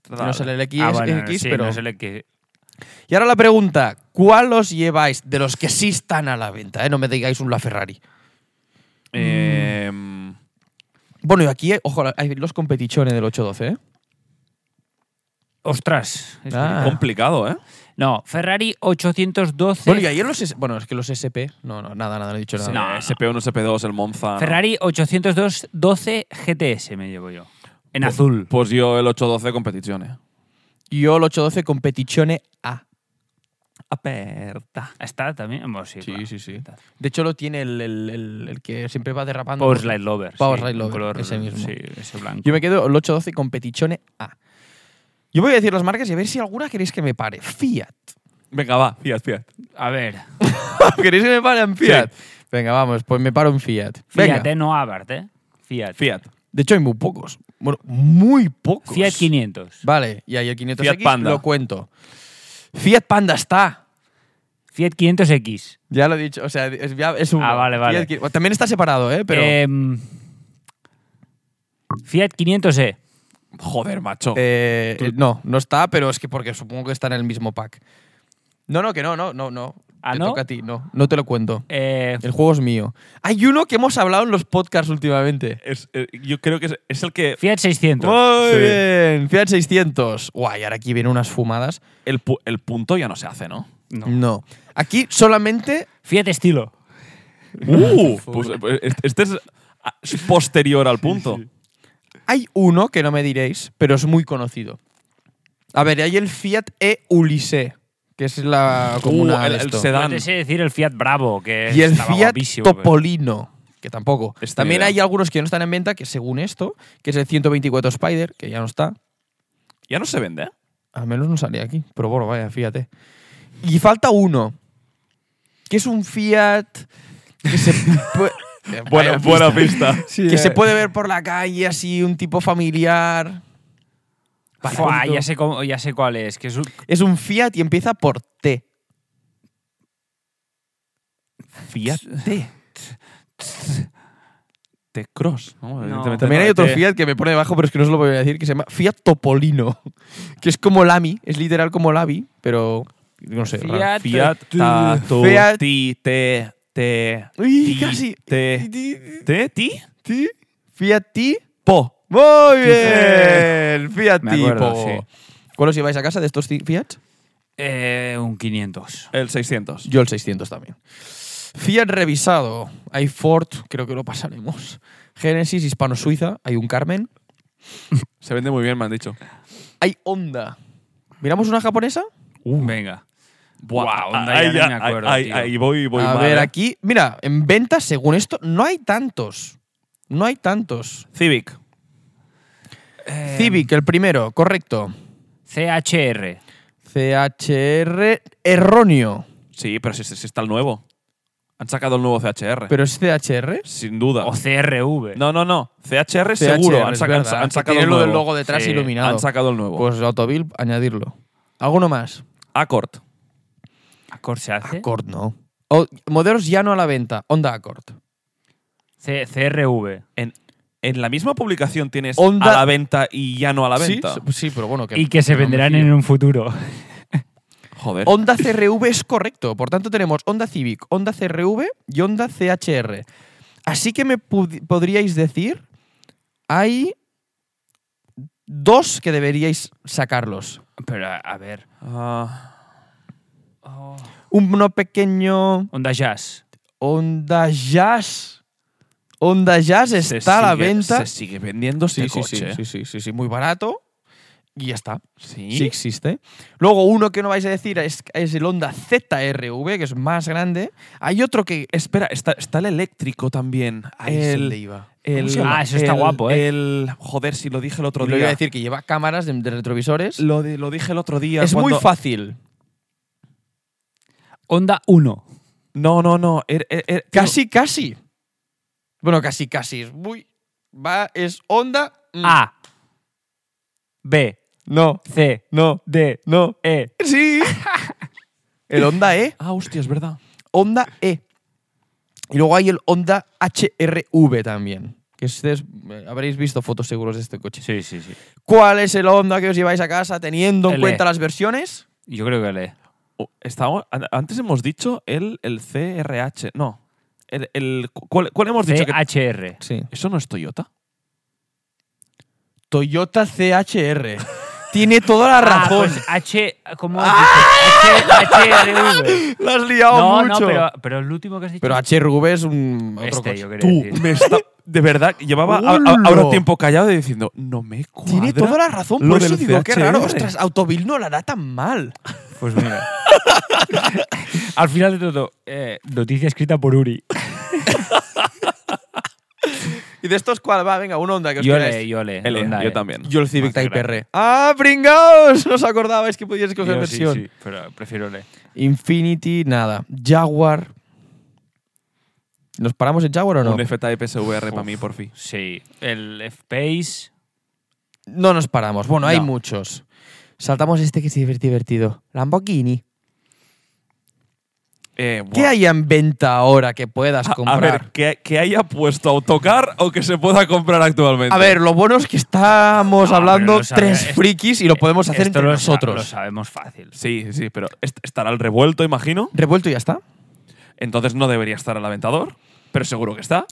No sale el X, Ah, bueno, X, sí, pero. no sé el que- Y ahora la pregunta: ¿cuál os lleváis de los que sí están a la venta? eh? No me digáis un LaFerrari. Eh, Mm. Bueno, y aquí, eh, ojo, hay los competichones del 812, ¿eh? Ostras. es Ah. complicado. Complicado, ¿eh? No, Ferrari 812. Bueno, y ayer los. S bueno, es que los SP. No, no, nada, nada, no he dicho nada. Sí, no, no. SP1, SP2, el Monza. ¿no? Ferrari 802 12 GTS me llevo yo. En azul. Pues yo el 812 competiciones. Yo el 812 competichone A. Aperta. ¿Está también? Bueno, sí, Sí, claro. sí, sí. Está. De hecho, lo tiene el, el- el- el que siempre va derrapando. Power Slide Lover. Power sí, Slide un Lover, ese mismo. Sí, ese blanco. Yo me quedo el 812 con Petichone A. Yo voy a decir las marcas y a ver si alguna queréis que me pare. Fiat. Venga, va, Fiat, Fiat. A ver. ¿Queréis que me pare en Fiat? Venga, vamos, pues me paro en Fiat. Venga. Fiat, eh, no Abarth, ¿eh? Fiat. Fiat. De hecho, hay muy pocos. Bueno, muy pocos. Fiat 500. Vale, y ahí el 500 Fiat Panda. lo cuento. Fiat Panda está. Fiat 500X. Ya lo he dicho, o sea, es, ya es uno. Ah, vale, vale. Fiat 500. también está separado, ¿eh? Pero Em, Fiat E. 500E. Joder, macho. Eh, eh, no, no está, pero es que porque supongo que está en el mismo pack. No, no, que no, no, no, no. ¿Ah, te no? toca a ti, no, no te lo cuento. Eh, El juego es mío. Hay uno que hemos hablado en los podcasts últimamente. Es- eh, yo creo que es, es el que. Fiat 600. Muy Sí. bien, Fiat 600. Guay, ahora aquí vienen unas fumadas. El, pu- el punto ya no se hace, ¿no? No. No. Aquí solamente. Fiat Estilo. ¡Uh! Pues, eh, este es ah, es posterior al punto. Hay uno que no me diréis, pero es muy conocido. A ver, hay el Fiat E Ulisse, que es la comuna. Uh, el- de el esto. sedán. Dan. No te sé decir el Fiat Bravo, que y el estaba Fiat guapísimo, pero- Topolino, que tampoco. Esta También idea. hay algunos que no están en venta, que según esto, que es el 124 Spider, que ya no está. Ya no se vende, ¿eh? Al menos no salía aquí, pero bueno, vaya, fíjate. Y falta uno, que es un Fiat que se, pue- Eh, Buena, vaya buena pista. pista. que se puede ver por la calle, así, un tipo familiar. Fuá, ya, sé cómo- ya sé cuál es. Que es un- Es un Fiat y empieza por T. Fiat T-Cross. ¿no? Evidentemente También no hay es otro T. Fiat que me pone debajo, pero es que no se lo voy a decir, que se llama Fiat Topolino, que es como Lami, es literal como Lami, pero no sé. raro. Fiat. Fiat Tato Fiat. Ti Te Te Uy, ti, casi. Te Te Ti Ti- Fiat Ti. Po. Muy bien. Fiat Me Tipo. acuerdo, ¿Cuál os lleváis a casa de estos ti- Fiat? Eh, un 500. El 600. Yo el 600 también. Fiat revisado. Hay Ford, creo que lo pasaremos. Genesis, Hispano-Suiza. Hay un Carmen. Se vende muy bien, me han dicho. Hay Honda. ¿Miramos una japonesa? Uh. Venga. Buah, Wow, ahí ya ya- no me acuerdo, ahí- tío. ahí voy, voy a mal, ver, eh. aquí. Mira, en ventas, según esto, no hay tantos. No hay tantos. Civic. Eh, Civic, el primero, correcto. CHR. CHR, erróneo. Sí, pero si, si- si está el nuevo. Han sacado el nuevo CHR. ¿Pero es CHR. sin duda. O CRV. No, no, no. CHR, CHR, seguro. Han, es saca- verdad, han sa- han que sacado tiene el lo nuevo. del logo detrás Sí, iluminado. Han sacado el nuevo. Pues Autobil, añadirlo. ¿Alguno más? Accord. Accord se hace. Accord no. O- modelos ya no a la venta. Honda Accord. C- CRV. En, en la misma publicación tienes Honda- a la venta y ya no a la venta. Sí, sí, pero bueno. Que Y que se venderán en un futuro. Joder. Honda CRV es correcto. Por tanto, tenemos Honda Civic, Honda CRV y Honda CHR. Así que me pud- podríais decir, hay dos que deberíais sacarlos. Pero a, a ver. Ah, Uno pequeño Honda Jazz. Honda Jazz. Honda Jazz está se a la sigue- venta. Se sigue vendiendo este coche. sí, sí, sí, sí, muy barato. Y ya está. Sí. Sí existe. Luego, uno que no vais a decir es, es el Honda ZRV, que es más grande. Hay otro que. Espera, está, está el eléctrico también. Ay, se el, le iba. el- se llama? Ah, eso está el- guapo, ¿eh? El, joder, si lo dije el otro Lo iba día. a decir que lleva cámaras de, de retrovisores. Lo, di- lo dije el otro día. es muy cuando- fácil. Honda 1. No, no, no. er- er- er- Casi, casi. Bueno, casi, casi. Es muy. Va, es Honda. mm. A. B. No, C. no, D. no. E. Sí. el Honda E. Ah, hostia, es verdad. Honda E. Y luego hay el Honda HRV también. Que ustedes eh, habréis visto fotos seguros de este coche. Sí, sí, sí. ¿Cuál es el Honda que os lleváis a casa teniendo en El cuenta E. las versiones? Yo creo que le. O- estamos- Oh, an- antes hemos dicho el, el CRH. No. El, el- cu- ¿cuál, cuál hemos dicho? que- CHR. Sí. ¿Eso no es Toyota? Toyota CHR. Tiene toda la Ah, razón. pues H. ¿Cómo has dicho? H- HRV. Lo has liado No, mucho. no, pero, pero el último que has dicho. Pero HRV es un otro este, coche. yo quería Tú, decir. me está- De verdad, llevaba a- a- ¡Hola! ahora tiempo callado y diciendo, no me cuadra. Tiene toda la razón, lo por eso del digo, qué raro. CHR. Ostras, Autovil no la hará tan mal. Pues mira. Al final de todo, eh, noticia escrita por Uri. ¿Y de estos cuál va? Venga, un Honda que os Yo queráis. le, yo le. L, Honda yo E. también. Yo el Civic Más Type grande. R. ¡Ah, pringaos! No os acordabais que podíais coger Yo sí, versión. sí, pero prefiero le. Infinity, nada. Jaguar. ¿Nos paramos en Jaguar o no? Un FTP SVR para mí, por fin. Sí. El F-Pace. No nos paramos. Bueno, hay No. muchos. Saltamos este que sí es divertido. Lamborghini. Eh, buah. ¿Qué hay en venta ahora que puedas A- A comprar? ver, que, que haya puesto autocar o que se pueda comprar actualmente. A ver, lo bueno es que estamos No, hablando pero lo sabe- tres es- frikis y lo podemos hacer eh, Esto entre lo sa- nosotros. Lo sabemos fácil. Sí, sí, pero est- estará el revuelto, imagino. Revuelto y ya está. Entonces no debería estar el aventador, pero seguro que está.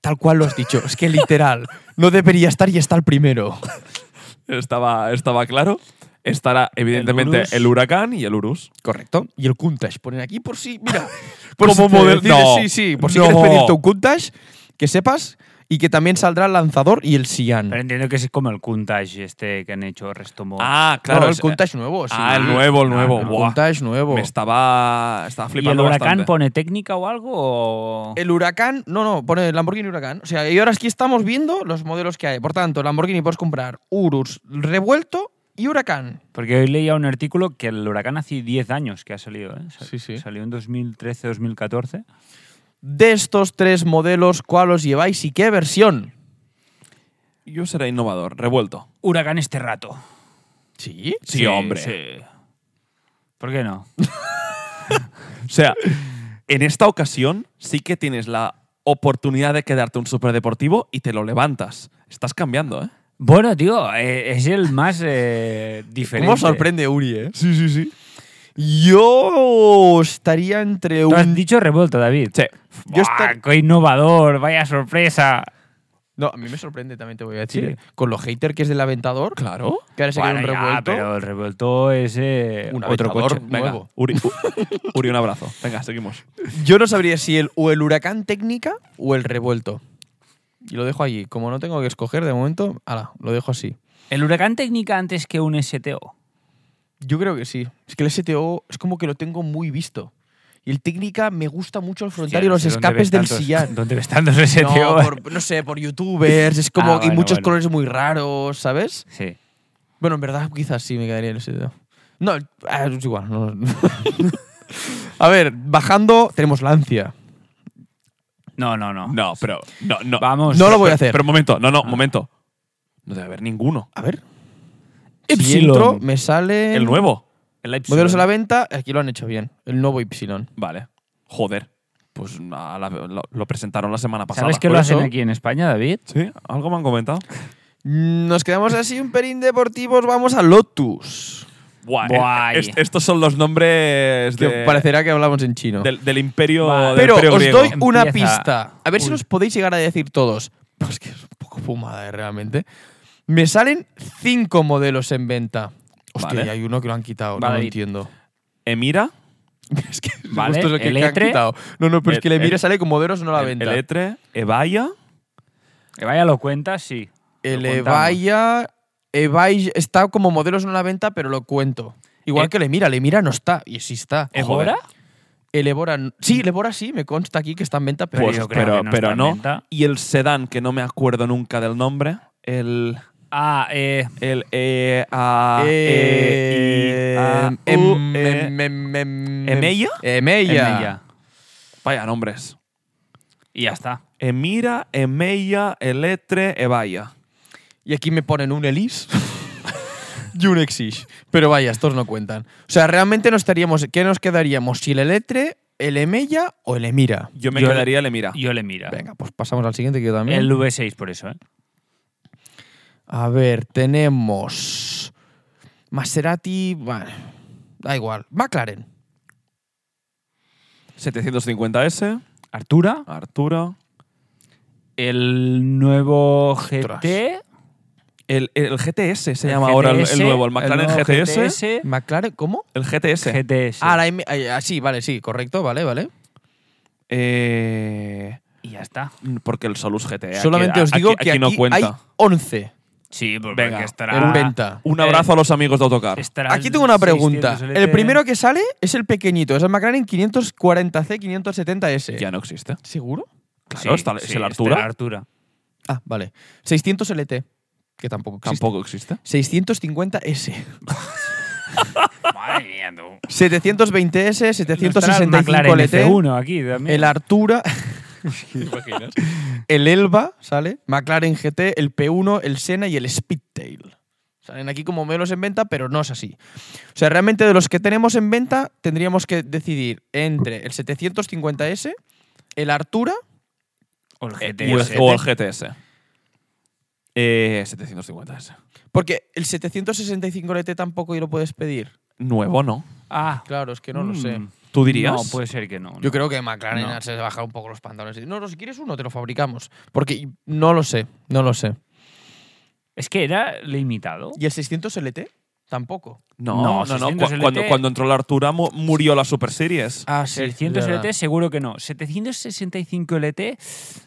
Tal cual lo has dicho. es que literal. No debería estar y está el primero. Estaba, estaba claro. Estará, evidentemente, el, Urus. huracán y el Urus. Correcto. Y el Countach. Ponen aquí por si. Mira. Como te modelo- decides- no, sí, sí. Por si no. quieres pedirte un Countach, que sepas. Y que también saldrá el lanzador y el Sian. Eh, Pero entiendo que es como el Countach este que han hecho Restomo. Ah, claro, claro. el es- Countach nuevo. sí. Ah, el nuevo, el nuevo. El buah. Countach nuevo. Me estaba, estaba ¿Y el flipando huracán bastante. pone técnica o algo? O... El Huracán, no, no, pone el Lamborghini Huracán. O sea, y ahora aquí estamos viendo los modelos que hay. Por tanto, Lamborghini puedes comprar Urus revuelto y Huracán. Porque hoy leía un artículo que el huracán hace 10 años que ha salido. ¿eh? Sa- Sí, sí. Salió en 2013-2014. De estos tres modelos, ¿cuál os lleváis y qué versión? Yo seré innovador, revuelto. Huracán este rato. Sí. Sí, hombre. sí. ¿Por qué no? O sea, En esta ocasión sí que tienes la oportunidad de quedarte un superdeportivo y te lo levantas. Estás cambiando, ¿eh? Bueno, tío, eh, es el más eh, diferente. ¿Cómo sorprende Uri, eh? Sí, sí, sí. Yo estaría entre Tú has un. dicho revuelto, David. Sí. Yo Yo estar- ¡Qué innovador! ¡Vaya sorpresa! No, a mí me sorprende también, te voy a decir. Sí. eh. Con lo hater que es del Aventador. Claro. Que ahora se queda un Bueno, ya, revuelto. pero el revuelto es eh, Un otro aventador coche. Venga, Nuevo. Uri, Uri, un abrazo. Venga, seguimos. Yo no sabría si el, o el huracán técnica o el revuelto. Y lo dejo allí. Como no tengo que escoger de momento, ala, lo dejo así. El huracán técnica antes que un STO. Yo creo que sí. Es que el STO es como que lo tengo muy visto. Y el técnica me gusta mucho el frontal y los escapes del sillán. ¿Dónde ves tantos STO? No, por- no sé, por youtubers, es como. Ah, y bueno, muchos bueno. colores muy raros, ¿sabes? Sí. Bueno, en verdad, quizás sí me quedaría en el STO. No, ah, es igual. no. A ver, bajando, tenemos Lancia. No, no, no. No, pero. No, no. Vamos. No lo voy a Pero- hacer. Pero un momento, no, no, un momento. No debe haber ninguno. A ver. Si Epsilon. entro, me sale. El nuevo. El Epsilon. Modelos a la venta, aquí lo han hecho bien. El nuevo Y. Vale. Joder. Pues a la- lo, lo presentaron la semana pasada. ¿Sabes que por lo hacen eso- aquí en España, David? Sí, algo me han comentado. Nos quedamos así un pelín deportivos, vamos a Lotus. Buah, Buah, eh, est- estos son los nombres Que de- parecerá que hablamos en chino. del, del imperio, Vale. del Pero imperio os griego. doy una Empieza. pista. A ver si Uy. los podéis llegar a decir todos. Pues que es un poco fumada, eh, realmente. Me salen cinco modelos en venta. Hostia, Vale. y hay uno que lo han quitado, no Vale. lo entiendo. Emira, es que Vale, justo es que- el E que han E3. quitado. No, no, pero es El- que le E mira el- sale como modelos no a la el, E venta. el Etre, Evaya. Que vaya lo cuentas, sí. El Lo contamos. Evaya, Evaya está como modelos no a la venta, pero lo cuento. Igual Eh, que le mira, le mira no está y sí está. ¿Evora? El Evora, n- sí, el Evora sí, me consta aquí que está en venta, pero Pues, yo creo pero, que no está pero en no. venta. Y el sedán, que no me acuerdo nunca del nombre. El. Ah, eh. El. E. A. E. I, A, Eh, U, em- E. em- em- em- ¿Emeya? Emeya. Emeya. Vaya nombres. Y ya está. Emira, Emeya, Eletre, Evaya. Y aquí me ponen un Elis y un Exige. Pero vaya, estos no cuentan. O sea, realmente nos estaríamos, ¿qué nos quedaríamos? ¿Si el Eletre, el Emeya o el Emira? Yo me Yo- quedaría el Emira. Yo le mira. Venga, pues pasamos al siguiente que yo también. El V6 por eso, ¿eh? A ver, tenemos Maserati, bueno, da igual, McLaren. 750S, Artura. Artura. El nuevo GT. El, el GTS se el llama ahora el, el GTS, nuevo, el McLaren nuevo GTS. ¿McLaren cómo? El GTS. GTS. Ah, la M- ah, sí, vale, sí, correcto, vale, vale. Eh, Y ya está. porque el Solus GT. Solamente aquí- os digo aquí- que aquí no aquí cuenta. hay 11 Sí, pues Venga, porque estará. en venta. Un Eh, este, abrazo a los amigos de Autocar. estará Aquí el tengo una pregunta. 600 LT. El primero que sale es el pequeñito, es el McLaren 540C 570S. Ya no existe. ¿Seguro? Claro, está- es el está Artura. el este Artura. Ah, vale. 600 LT, que tampoco existe. Tampoco existe. 650S. Madre mía, tú. 720S, Estará el 765 McLaren LT. F1 aquí también. El Artura. el Elba, ¿sale? McLaren GT, el P1, el Sena y el Speedtail. Salen aquí como modelos en venta, pero no es así. O sea, realmente de los que tenemos en venta, tendríamos que decidir entre el 750S, el Artura. O el Y el- GTS. o el GTS. Eh, 750S. Porque el 765 LT tampoco lo puedes pedir. Nuevo, ¿no? Ah, Claro, es que no lo mm. sé. ¿Tú dirías? No, pues, puede ser que no. Yo no. creo que McLaren No. se baja un poco los pantalones. y dice, No, no, si quieres uno, te lo fabricamos. Porque no lo sé, no lo sé. Es que era limitado. ¿Y el 600 LT? Tampoco. No, no, No, no. 600 Cu- LT. Cuando, cuando entró la Artura mu- murió la Super Series. Ah, 600 LT seguro que no. 765 LT,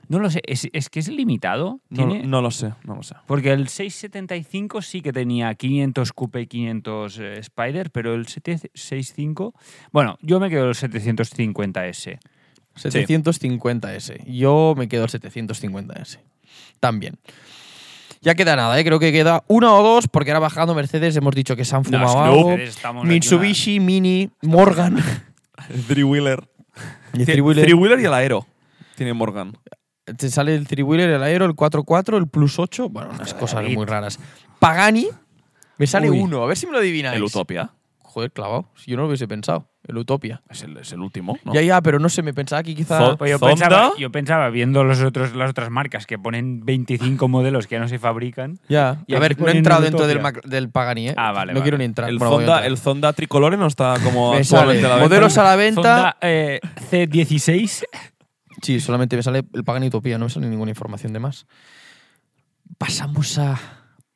no lo sé. Es, es que es limitado. No, Tiene- no lo sé, no lo sé. Porque el 675 sí que tenía 500 Coupe y 500 eh, Spider, pero el 765... Bueno, yo me quedo el 750S. 750S. Yo me quedo el 750S. También. Ya queda nada, ¿eh? creo que queda una o dos, porque ahora bajando Mercedes hemos dicho que se han No, es fumado que algo. Mercedes estamos aquí Mitsubishi, Mini, Morgan. Three Wheeler. Y el Ti- three wheeler. Three Wheeler y el Aero. Tiene Morgan. Te sale el Triwheeler, el Aero, el 4-4, el Plus 8. Bueno, unas cosas David. muy raras. Pagani, me sale Uy. uno, a ver si me lo adivináis. El Utopia. Joder, clavado. Si yo no lo hubiese pensado. el Utopia. Es el, es el último, ¿no? Ya, ya, pero no sé, me pensaba que quizá. Zod. Pues yo, Zonda. pensaba, yo pensaba, viendo los otros, las otras marcas que ponen 25 modelos que ya no se fabrican. Ya. Y a ver, aquí no he ponen entrado dentro del, Utopia. Mac- del Pagani, ¿eh? Ah, vale, No vale. quiero ni entrar. El, Bueno, voy a Zonda, entrar. el Zonda tricolore no está como Me actualmente sale a la venta. Modelos a la venta. Zonda, eh, C16. Sí, solamente me sale el Pagani Utopía, no me sale ninguna información de más. Pasamos a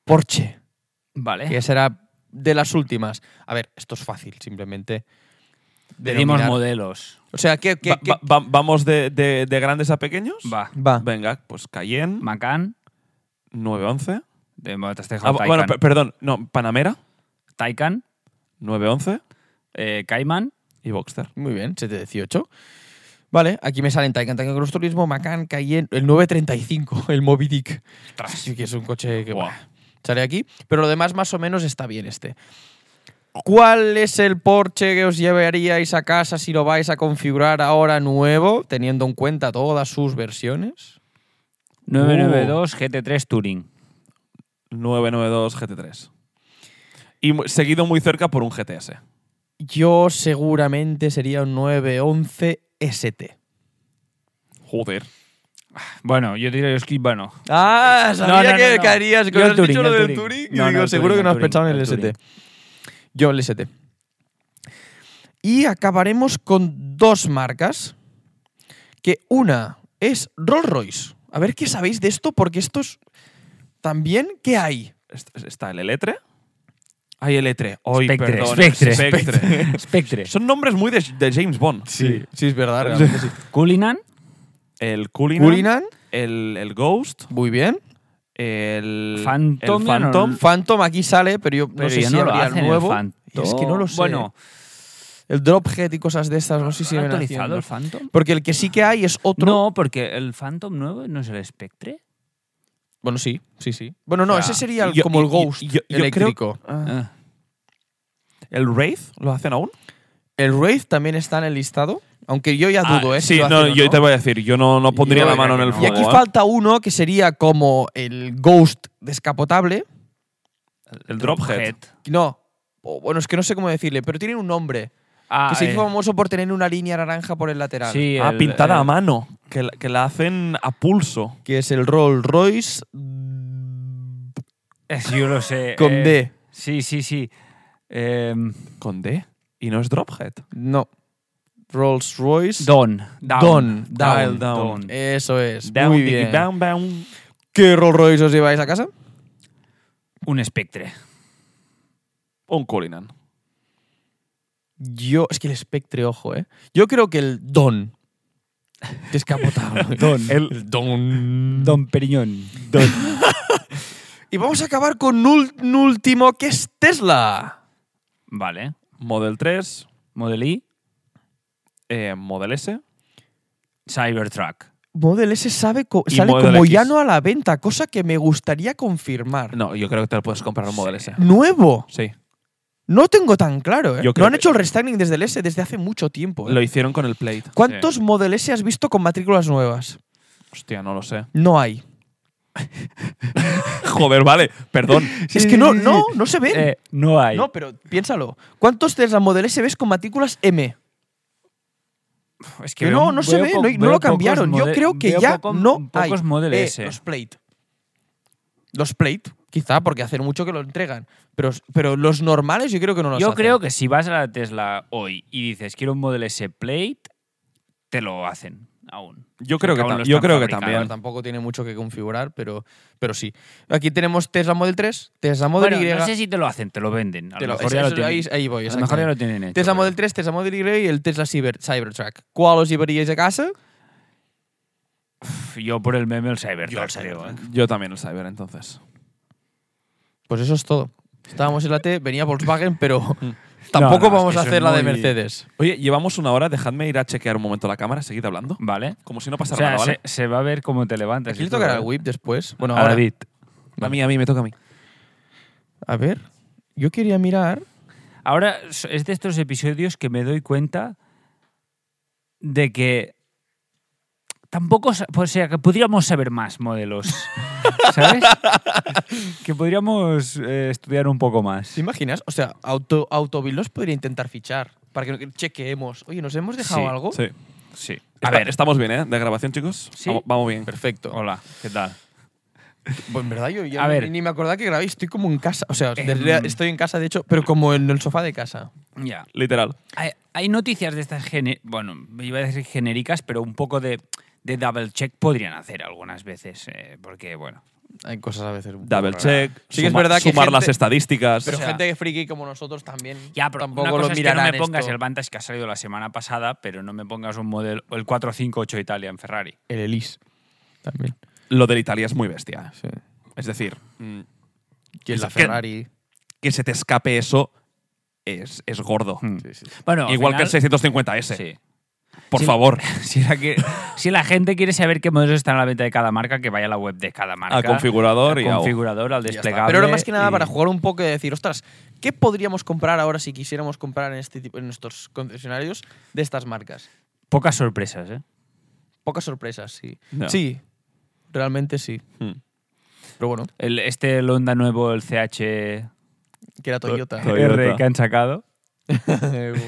Porsche, Vale. que será de las últimas. A ver, esto es fácil, simplemente. Pedimos denominar. modelos. O sea, ¿qué, qué- Va- qué- va- va- ¿Vamos de, de- de grandes a pequeños? Va. va? Venga, pues Cayenne, Macan. 911. De, te has Ah, dejado bu- Taycan. bueno, per- perdón, no, Panamera, Taycan, 911 eh, Cayman. y Boxster. Muy bien, 718. Vale, aquí me salen Taycan, Taycan Cross Turismo, Macan, Cayenne, el 935, el Moby Dick. Sí que es un coche que Guau. bah, sale aquí, pero lo demás más o menos está bien este. ¿Cuál es el Porsche que os llevaríais a casa si lo vais a configurar ahora nuevo, teniendo en cuenta todas sus versiones? 992 GT3 Touring. 992 GT3. Y mu- seguido muy cerca por un GTS. Yo seguramente sería un 911 ST. Joder. Bueno, yo diría que bueno. Ah, sabía No, no, que no, no. caerías Yo con el has dicho Turing, lo el del Turing. Turing. y No, no, digo, el seguro Turing, que no has el pensado en Turing, el, el ST. Yo el ST. Y acabaremos con dos marcas. Que una es Rolls Royce. A ver qué sabéis de esto, porque esto es. También, ¿qué hay? Est- ¿Está el L3? Hay L3. Hoy, Spectre, E perdón. Spectre. Spectre. Spectre. Son nombres muy de, de James Bond. Sí, sí, es verdad. realmente sí. Cullinan. El Cullinan. Cullinan, El, el Ghost. muy bien. El Phantom, el Phantom. no, Phantom aquí sale, pero yo no Pero sé ya si no lo habría el hacen, el nuevo. Phantom. es que no lo sé. Bueno. el Drophead y cosas de estas, no sé si ¿Han ven haciendo. actualizado el Phantom? Porque el que sí que hay es otro. No, porque el Phantom nuevo no es el Spectre. Bueno, sí, sí, sí. Bueno, no, Ya. ese sería el- Yo- como el y- Ghost y- yo- yo creo- eléctrico. Ah. ¿El Wraith? ¿Lo hacen aún? El Wraith también está en el listado, aunque yo ya dudo, Ah, ¿eh? si Sí, lo no, hacen o yo no. te voy a decir, yo no, no pondría Yo la diría mano en que el Y no. fuego. aquí ¿eh? falta uno que sería como el Ghost descapotable. ¿eh? El Drophead. No, o bueno, es que no sé cómo decirle, pero tiene un nombre. Ah, que se eh, hizo famoso por tener una línea naranja por el eh, lateral. sí, Ah, el- eh, pintada el- a mano, que la, que la hacen a pulso. Que es el Rolls Royce mm, Eh, Yo lo sé. con eh, D. Sí, sí, sí. Em, Con D. Y no es Drophead. No. Rolls Royce. Don. Eh, Don. Down, down. Eh, Eso es. Down, Muy diggy, bien. down, down. ¿Qué Rolls Royce os lleváis a casa? Un Spectre. Un Cullinan. Yo, es que el espectre, ojo, ¿eh? Yo creo que el don. Descapotable. El Don. Don Periñón. Eh, Y vamos a acabar con un, un último, que es Tesla. Vale. Model 3, Model I. eh, Model S. Cybertruck. Model S sabe co- Y sale Model como X. ya no a la venta, cosa que me gustaría confirmar. No, yo creo que te lo puedes comprar un Model S. Nuevo. Sí. No tengo tan claro, ¿eh? Yo No creo han que- hecho el restyling desde el S desde hace mucho tiempo. ¿eh? Lo hicieron con el Plate. ¿Cuántos Model S has visto con matrículas nuevas? Hostia, no lo sé. No hay. Joder, vale, perdón. es que no, no, no se ven. Eh, no hay. no, pero piénsalo. ¿Cuántos Tesla Model S ves con matrículas M? es Que no, no se ve, no, no lo cambiaron. Yo creo que ya no hay. Pocos Model Eh, S. Los plate. Los plate, quizá, porque hace mucho que lo entregan. Pero, pero los normales yo creo que no los Yo hacen. creo que si vas a la Tesla hoy y dices quiero un Model S Plate, te lo hacen aún. Yo creo que, Aún tam- lo yo están creo que fabricando. A ver, también. tampoco tiene mucho que configurar, pero, pero sí. Aquí tenemos Tesla Model 3, Tesla Model Bueno, Y. no sé si te lo hacen, te lo venden. A Te lo lo- mejor eso- ya lo eso- ahí, tienen. ahí voy, A lo mejor ya lo exactamente. tienen hecho, Tesla pero- Model 3, Tesla Model Y y el Tesla Cyber- Cybertruck. ¿Cuál os llevaríais a casa? Pff, Yo por el meme el Cybertruck. Yo el creo, Cybertruck. ¿eh? Yo también el Cyber, entonces. Pues eso es todo. Estábamos en la T, venía Volkswagen, pero tampoco No, no, es vamos que a eso hacer es la de muy- Mercedes. Oye, llevamos una hora, dejadme ir a chequear un momento la cámara, seguid hablando. Vale. Como si no O pasara sea, nada, ¿vale? se, se va a ver cómo te levantas. Aquí y le todo, tocará ¿eh? el whip después. Bueno, A ahora. David. A mí, a mí, me toca a mí. A ver, yo quería mirar. Ahora so- es de estos episodios que me doy cuenta de que tampoco, sa- o sea, que podríamos saber más modelos, ¿sabes? que podríamos eh, estudiar un poco más. ¿Te imaginas? O sea, auto, Autobilos podría intentar fichar para que que chequeemos. Oye, ¿nos hemos dejado Sí, algo? Sí. Sí. A Está- ver, Estamos bien, ¿eh? De grabación, chicos. Sí. Vamos, vamos bien. Perfecto. hola, ¿qué tal? Pues en verdad yo ya A ni- ver. ni me acordaba que grabé, estoy como en casa, o sea, de Em. verdad estoy en casa de hecho, pero como en el sofá de casa. Ya. Literal. Hay, hay noticias de estas, gene- bueno, iba a decir genéricas, pero un poco de, de double check podrían hacer algunas veces, eh, porque bueno. Hay cosas a veces. Double check. Sí que es suma- verdad que Sumar gente- las estadísticas. Pero O sea- gente que friki como nosotros también. Ya, pero tampoco una cosa lo es que no mirarán me pongas esto. el Vantage que ha salido la semana pasada, pero no me pongas un modelo, el 458 Italia en Ferrari. El Elise. También. Lo del Italia es muy bestia. Sí. Es decir, mm, Y Es la que- Ferrari. que se te escape eso es, es gordo. Mm. Sí, sí. Bueno, al Igual final- que el 650S. Sí. Por Sí. favor, Si la, que- si la gente quiere saber qué modelos están a la venta de cada marca, que vaya a la web de cada marca. al configurador al y a- configurador, al Ya está. desplegable. Pero ahora más que nada y- para jugar un poco y decir, ostras, ¿qué podríamos comprar ahora si quisiéramos comprar en, este tipo, en estos concesionarios de estas marcas? Pocas sorpresas, ¿eh? Pocas sorpresas, sí. No. Sí, realmente sí. Mm. Pero bueno, El, este el Honda nuevo, el CH que era Toyota. Toy- R que han sacado.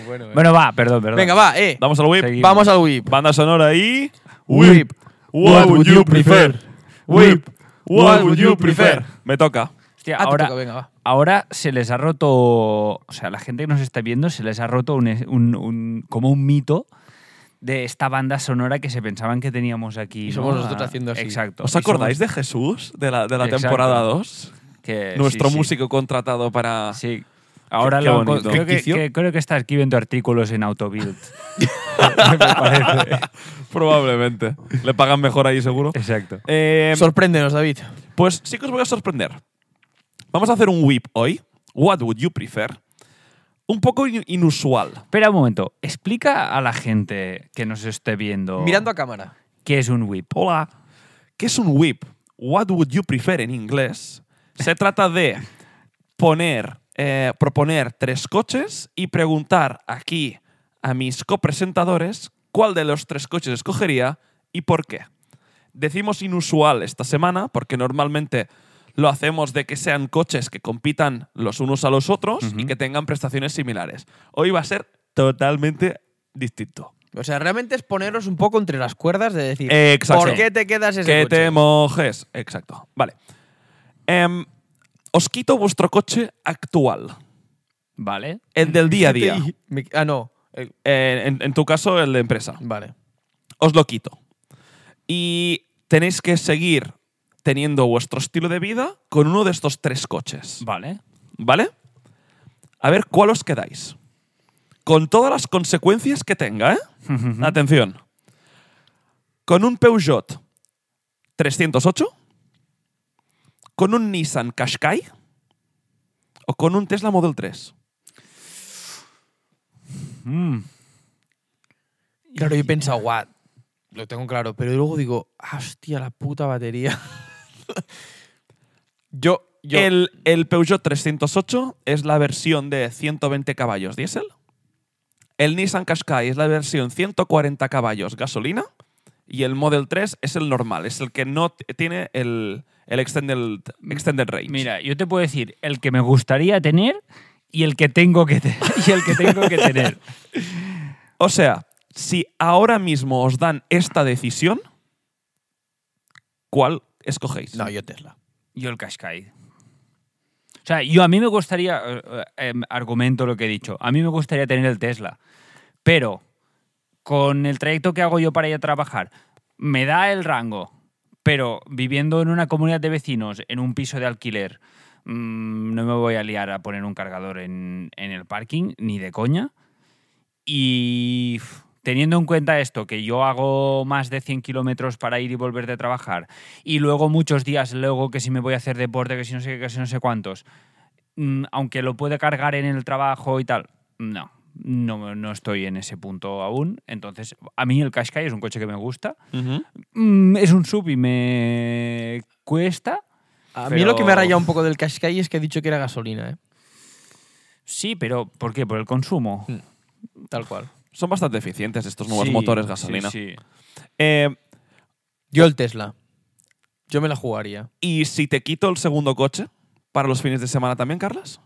bueno, eh. Bueno, va, perdón, perdón. Venga, va, eh. Vamos al whip. Seguimos. Vamos al whip. Banda sonora y. Whip. What would you prefer? Whip. What would you prefer? Me toca. Hostia, Ah, te ahora, toca, venga, va. ahora se les ha roto, o sea, la gente que nos está viendo se les ha roto un, un- un- como un mito de esta banda sonora que se pensaban que teníamos aquí. Y somos ¿no? nosotros Ah, haciendo así. Exacto. ¿Os acordáis de Jesús de la, de la Exacto. temporada 2? que, Nuestro sí, sí. músico contratado para. Sí. Ahora Qué lo han- bonito. creo, que, Ficticio. que- creo que está escribiendo artículos en Autobuild. Probablemente. Le pagan mejor ahí, seguro. Exacto. Eh, Sorpréndenos, David. Pues sí que os voy a sorprender. Vamos a hacer un whip hoy. What would you prefer? Un poco in- inusual. Espera un momento. Explica a la gente que nos esté oh. viendo Mirando a cámara. qué es un whip. Hola. ¿Qué es un whip? What would you prefer en inglés? Se trata de poner, eh, proponer tres coches y preguntar aquí a mis copresentadores cuál de los tres coches escogería y por qué. Decimos inusual esta semana porque normalmente lo hacemos de que sean coches que compitan los unos a los otros y que tengan prestaciones similares. Hoy va a ser totalmente distinto. O sea, realmente es poneros un poco entre las cuerdas de decir, Exacto. ¿por qué te quedas ese que coche? te mojes. Exacto. Vale. Em, os quito vuestro coche actual, ¿Vale? el del día a día. Me- Ah, no. Eh, Eh, en, en tu caso, el de empresa. Vale. Os lo quito. Y tenéis que seguir teniendo vuestro estilo de vida con uno de estos tres coches. Vale. ¿Vale? A ver cuál os quedáis. Con todas las consecuencias que tenga, ¿eh? Atención. Con un Peugeot 308, con un Nissan Qashqai o con un Tesla Model 3. Mm. Claro, yo he pensado, guau, lo tengo claro, pero luego digo, "Ah, hostia, la puta batería. yo, yo. El, el Peugeot 308 es la versión de 120 caballos diésel. El Nissan Qashqai es la versión 140 caballos gasolina. Y el Model 3 es el normal, es el que no t- tiene el, el extended, extended range. Mira, yo te puedo decir el que me gustaría tener y el que tengo que, te- y el que, tengo que tener. O sea, si ahora mismo os dan esta decisión, ¿cuál escogéis? No, yo Tesla. Yo el Qashqai. O sea, yo a mí me gustaría, eh, eh, em, argumento lo que he dicho, a mí me gustaría tener el Tesla, pero con el trayecto que hago yo para ir a trabajar, me da el rango, pero viviendo en una comunidad de vecinos, en un piso de alquiler, mm, no me voy a liar a poner un cargador en, en el parking, ni de coña. Y uf, teniendo en cuenta esto, que yo hago más de 100 kilómetros para ir y volver de trabajar, y luego muchos días, luego que si me voy a hacer deporte, que si no sé qué, que si no sé cuántos, mm, aunque lo pueda cargar en el trabajo y tal, no. No, no estoy en ese punto aún. Entonces, a mí el Qashqai es un coche que me gusta. Ujú. Mm, es un sub y me cuesta. A mí Pero- lo que me ha rayado un poco del Qashqai es que he dicho que era gasolina, ¿eh? Sí, pero ¿por qué? Por el consumo. Tal cual. Son bastante eficientes estos nuevos Sí, motores gasolina. sí, sí. Eh, Yo el Tesla. Yo me la jugaría. ¿Y si te quito el segundo coche para los fines de semana también, Carlas?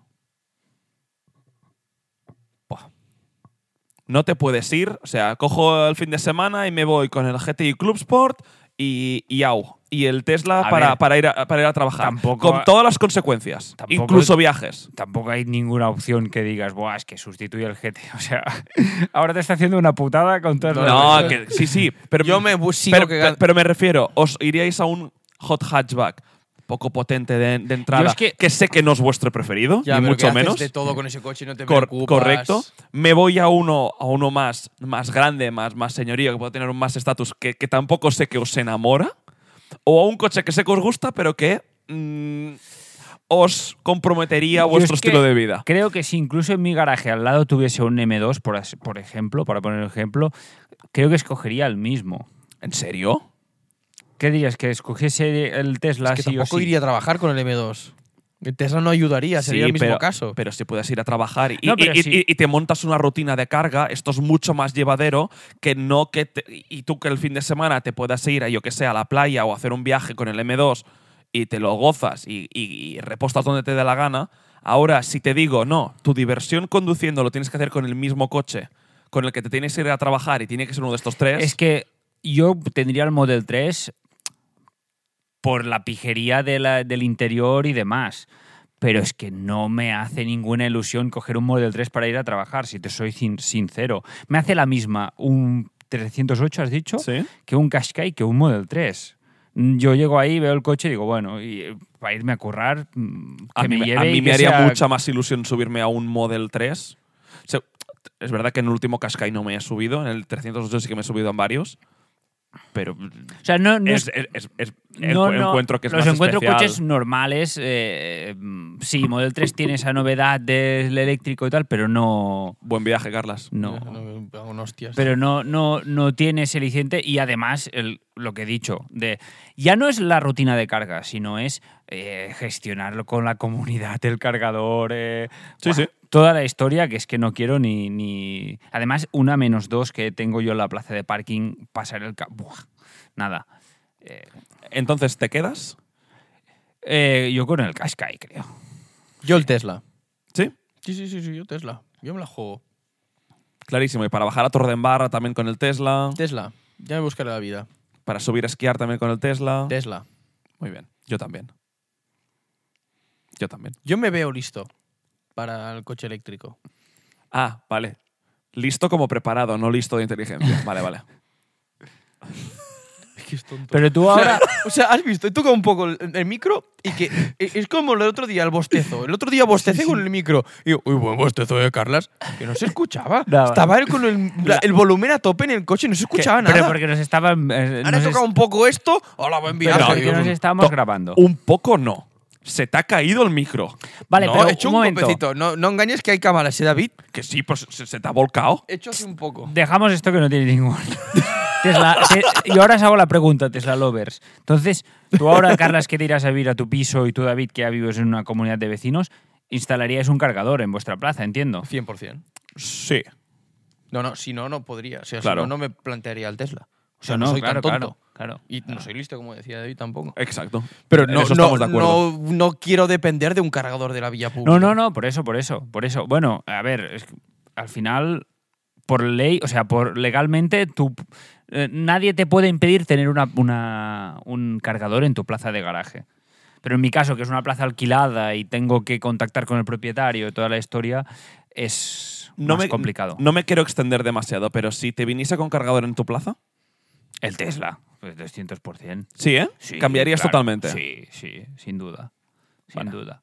no te puedes ir. O sea, cojo el fin de semana y me voy con el GTI Club Sport y, y au. Y el Tesla A para, ver, para ir a, para ir a trabajar. tampoco- con todas las consecuencias. Tampoco- Incluso viajes. Tampoco hay ninguna opción que digas, Buah, es que sustituye al GT. O sea, ahora te está haciendo una putada con todo No, que, sí, sí. Pero, Yo me bu- sigo pero, que- pero- pero me refiero, os iríais a un hot hatchback poco potente de, de entrada, Yo es que, que- sé que no es vuestro preferido, Ya, ni pero mucho que haces menos. de todo con ese coche y no te Cor- preocupas. correcto. Me voy a uno, a uno más, más grande, más, más señorío, que pueda tener un más estatus, que, que tampoco sé que os enamora. O a un coche que sé que os gusta, pero que mm, os comprometería Yo vuestro es que estilo de vida. Creo que si incluso en mi garaje al lado tuviese un M2, por, as- por ejemplo, para poner un ejemplo, creo que escogería el mismo. ¿En serio? ¿Qué dirías? ¿Que escogiese el Tesla Es que sí o tampoco sí? iría a trabajar con el M2. El Tesla no ayudaría, sería Sí, el mismo pero- caso. Pero si puedes ir a trabajar y, No, y- pero y- sí. y- y te montas una rutina de carga, esto es mucho más llevadero que no que te- y tú que el fin de semana te puedas ir a yo que sé a la playa o hacer un viaje con el M2 y te lo gozas y, y- y repostas donde te dé la gana. Ahora, si te digo, no, tu diversión conduciendo lo tienes que hacer con el mismo coche con el que te tienes que ir a trabajar y tiene que ser uno de estos tres. Es que yo tendría el Model 3 por la pijería de la- del interior y demás. Pero es que no me hace ninguna ilusión coger un Model 3 para ir a trabajar, si te soy sin- sincero. Me hace la misma un 308, has dicho, Sí. que un Qashqai que un Model 3. Mm, Yo llego ahí, veo el coche y digo, bueno, y, eh, para irme a currar, mm, que A mí, me me- lleve a y mí me que haría sea- mucha más ilusión subirme a un Model 3. O sea, es verdad que en el último Qashqai no me he subido, en el 308 sí que me he subido en varios, pero O sea, no, no es, es- es- es- es- No, encu- no, encuentro que es los más encuentro especial. coches normales. eh, mm, sí, Model 3 tiene esa novedad del eléctrico y tal, pero no. Buen viaje, Carlas. No. No, no, hostias. Pero no, no, no tiene ese aliciente y además el- lo que he dicho, de ya no es la rutina de carga, sino es eh, gestionarlo con la comunidad, el cargador, eh, Sí, sí. toda la historia que es que no quiero ni, ni... Además, una menos dos que tengo yo en la plaza de parking, pasar el... ca- Buah, nada. Eh, Entonces, ¿te quedas? eh, yo con el Qashqai, creo. Yo el Tesla. Sí. Sí, sí, sí, sí, yo Tesla. Yo me la juego. Clarísimo. Y para bajar a Torredembarra también con el Tesla. Tesla. Ya me buscaré la vida. Para subir a esquiar también con el Tesla. Tesla. Muy bien. Yo también. Yo también. Yo me veo listo para el coche eléctrico. Ah, vale. Listo como preparado, no listo de inteligencia. Vale, vale. que es tonto. Pero tú ahora. o sea, has visto, he tocado un poco el, el micro y que e, es es como el otro día el bostezo. El otro día bostecé con el micro. Y digo, uy, buen bostezo de Carlas. Que no se escuchaba. Nada. Estaba él con el, la- el volumen a tope en el coche, no se escuchaba nada. Pero porque nos estaban. eh, Ahora he nos tocado un poco esto. Hola, buen est- viaje. pero No, porque Digo, nos no, estábamos To- grabando. Un poco no. Se te ha caído el micro. Vale, pero he hecho un un, momento. golpecito. No, no engañes que hay cámaras, ¿eh, David? Que sí, pues se, se te ha volcado. He hecho así un poco. Dejamos esto que no tiene ningún. Tesla, te- y ahora os hago la pregunta, Tesla Lovers. Entonces, tú ahora, Carlas, que te irás a vivir a tu piso y tú, David, que ya vives en una comunidad de vecinos, instalaríais un cargador en vuestra plaza, entiendo. 100%. Sí. No, no, si no, no podría. O sea, Claro. si no, no me plantearía el Tesla. O sea, no, soy claro, tan tonto. Claro, claro. Y no soy listo, como decía David, tampoco. Exacto. Pero En no, eso no, estamos de acuerdo. no, no quiero depender de un cargador de la vía pública. No, no, no, por eso, por eso, por eso. Bueno, a ver, es que al final, por ley, o sea, por legalmente, tú, eh, nadie te puede impedir tener una, una- un cargador en tu plaza de garaje. Pero en mi caso, que es una plaza alquilada y tengo que contactar con el propietario y toda la historia, es No más me, complicado. No me quiero extender demasiado, pero si te viniese con cargador en tu plaza, El Tesla, pues 200%. sí, ¿eh? Sí, Cambiarías claro. totalmente. Sí, sí, sin duda. Sin Vale. duda.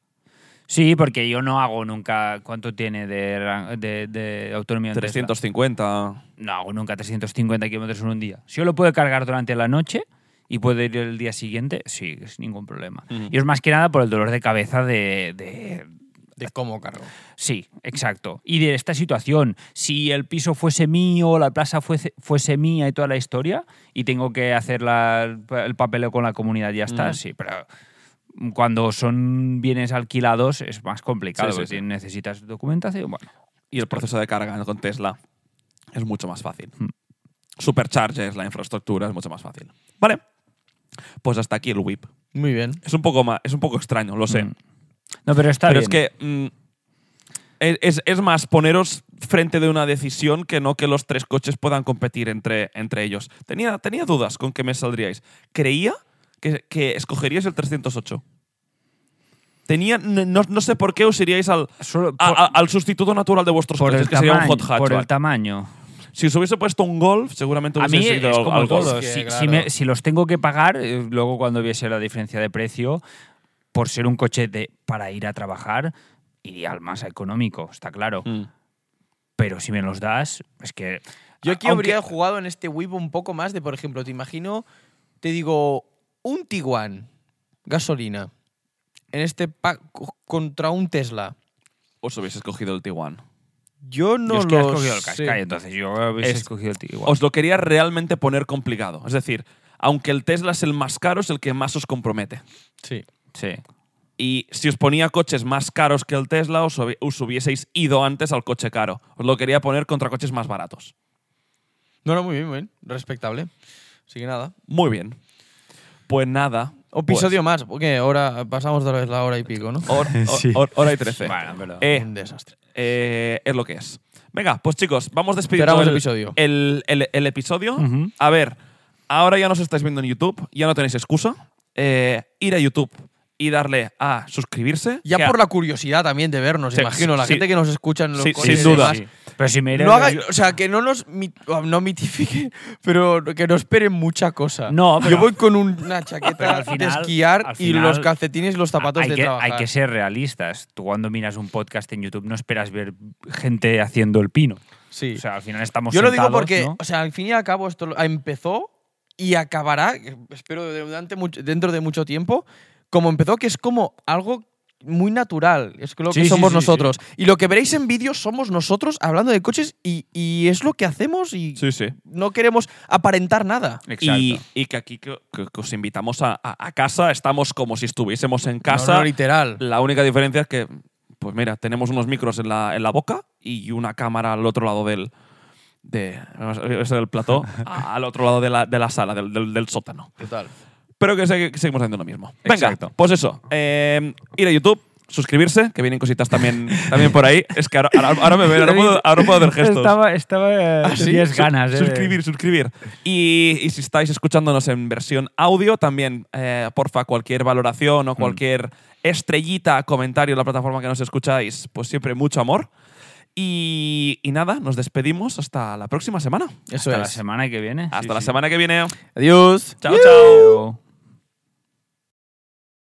Sí, porque yo no hago nunca. ¿Cuánto tiene de, ran- de- de autonomía? el Tesla? 350. No hago nunca 350 kilómetros en un día. Si yo lo puedo cargar durante la noche y puedo ir el día siguiente, sí, sin ningún problema. Ujú. Y es más que nada por el dolor de cabeza de- de, De cómo cargo. Sí, exacto. Y de esta situación, si el piso fuese mío, la plaza fuese, fuese mía y toda la historia, y tengo que hacer la- el papeleo con la comunidad, ya está, Mm. sí, pero cuando son bienes alquilados es más complicado, Sí, sí, porque sí. necesitas documentación. Bueno, Y el proceso de carga con Tesla es mucho más fácil. Mm. Superchargers, la infraestructura es mucho más fácil. Vale. Pues hasta aquí el whip. Muy bien. Es un poco, ma- es un poco extraño, lo sé. Mm. no, pero está pero bien. es que mm, Es, es- es más, poneros frente de una decisión que no que los tres coches puedan competir entre, entre ellos. Tenía, tenía dudas con que me saldríais. Creía que, que escogeríais el 308. Tenía, no, no- no sé por qué os iríais al, Solo a- por- a- al sustituto natural de vuestros por coches, el que sería un tamaño, hot hatchback. por el tamaño. si os hubiese puesto un golf, seguramente A mí hubiese es ido al, como al golf. todo. Es que, si, claro. si me- si los tengo que pagar, eh, luego cuando viese la diferencia de precio, por ser un coche de, para ir a trabajar, iría al más económico, está claro. Mm. Pero si me los das, es que... Yo aquí aunque- habría jugado en este Wii un poco más de, por ejemplo, te imagino, te digo, un Tiguan, gasolina, en este pack co- contra un Tesla. Os hubiese escogido el Tiguan. Yo no yo es que he lo escogido el sé. Qashqai, entonces yo hubiese Es- escogido el Tiguan. Os lo quería realmente poner complicado. Es decir, aunque el Tesla es el más caro, es el que más os compromete. Sí. Sí. Y si os ponía coches más caros que el Tesla, os, hubi- os hubieseis ido antes al coche caro. Os lo quería poner contra coches más baratos. No, no, muy bien, muy bien. Respectable. Así que nada. Muy bien. Pues nada. O episodio Pues- más, porque ahora pasamos otra vez la hora y pico, ¿no? Hor- hor- hor- pues, hora y trece. Bueno, pero- Eh, Un desastre. eh, es lo que es. Venga, pues chicos, vamos despidiendo Cerramos el, el episodio. el- el- el episodio. Ujú. A ver, ahora ya nos estáis viendo en YouTube, ya no tenéis excusa. Eh, ir a YouTube y darle a suscribirse. Ya que a- por la curiosidad también de vernos, Sí, imagino. La sí. gente que nos escucha en los Sí, coches sin y duda. demás. Pero si me iré- eh, No haga- o sea, que no nos mit- no mitifiquen, pero que no esperen mucha cosa. No, Yo pero- voy con una chaqueta Pero al final- de esquiar al y final- los calcetines y los zapatos hay de que, trabajar. Hay que ser realistas. Tú cuando miras un podcast en YouTube no esperas ver gente haciendo el pino. Sí. O sea, al final estamos Yo lo digo sentados, porque, ¿no? o sea, al fin y al cabo esto lo- ah, empezó y acabará, espero durante mucho- dentro de mucho tiempo, como empezó, que es como algo muy natural, es lo que Sí, sí, somos sí, nosotros. Y lo que veréis en vídeo somos nosotros hablando de coches y, y es lo que hacemos y Sí, sí. no queremos aparentar nada. Exacto. Y, y que aquí que, que- que os invitamos a, a- a casa, estamos como si estuviésemos en No, casa. no, literal. la única diferencia es que, pues mira, tenemos unos micros en la, en la boca y una cámara al otro lado del de, es el plató, a- al otro lado de la, de la sala, del, del- del sótano. Total. Pero que, se- que seguimos haciendo lo mismo. Venga, Exacto. pues eso. eh, ir a YouTube. Suscribirse, que vienen cositas también, también por ahí. Es que ahora, ahora- ahora me veo, ahora puedo, ahora puedo hacer gestos. Estaba, estaba eh, ¿Ah, sí? tenías Su- ganas. eh, de- Suscribir, suscribir. Y, y si estáis escuchándonos en versión audio, también, eh, porfa, cualquier valoración Mm. o cualquier estrellita, comentario en la plataforma que nos escucháis, pues siempre mucho amor. Y, y nada, nos despedimos hasta la próxima semana. Eso Hasta la es. semana que viene. Hasta Sí, la sí. semana que viene. Adiós. Chao, chao. Pero-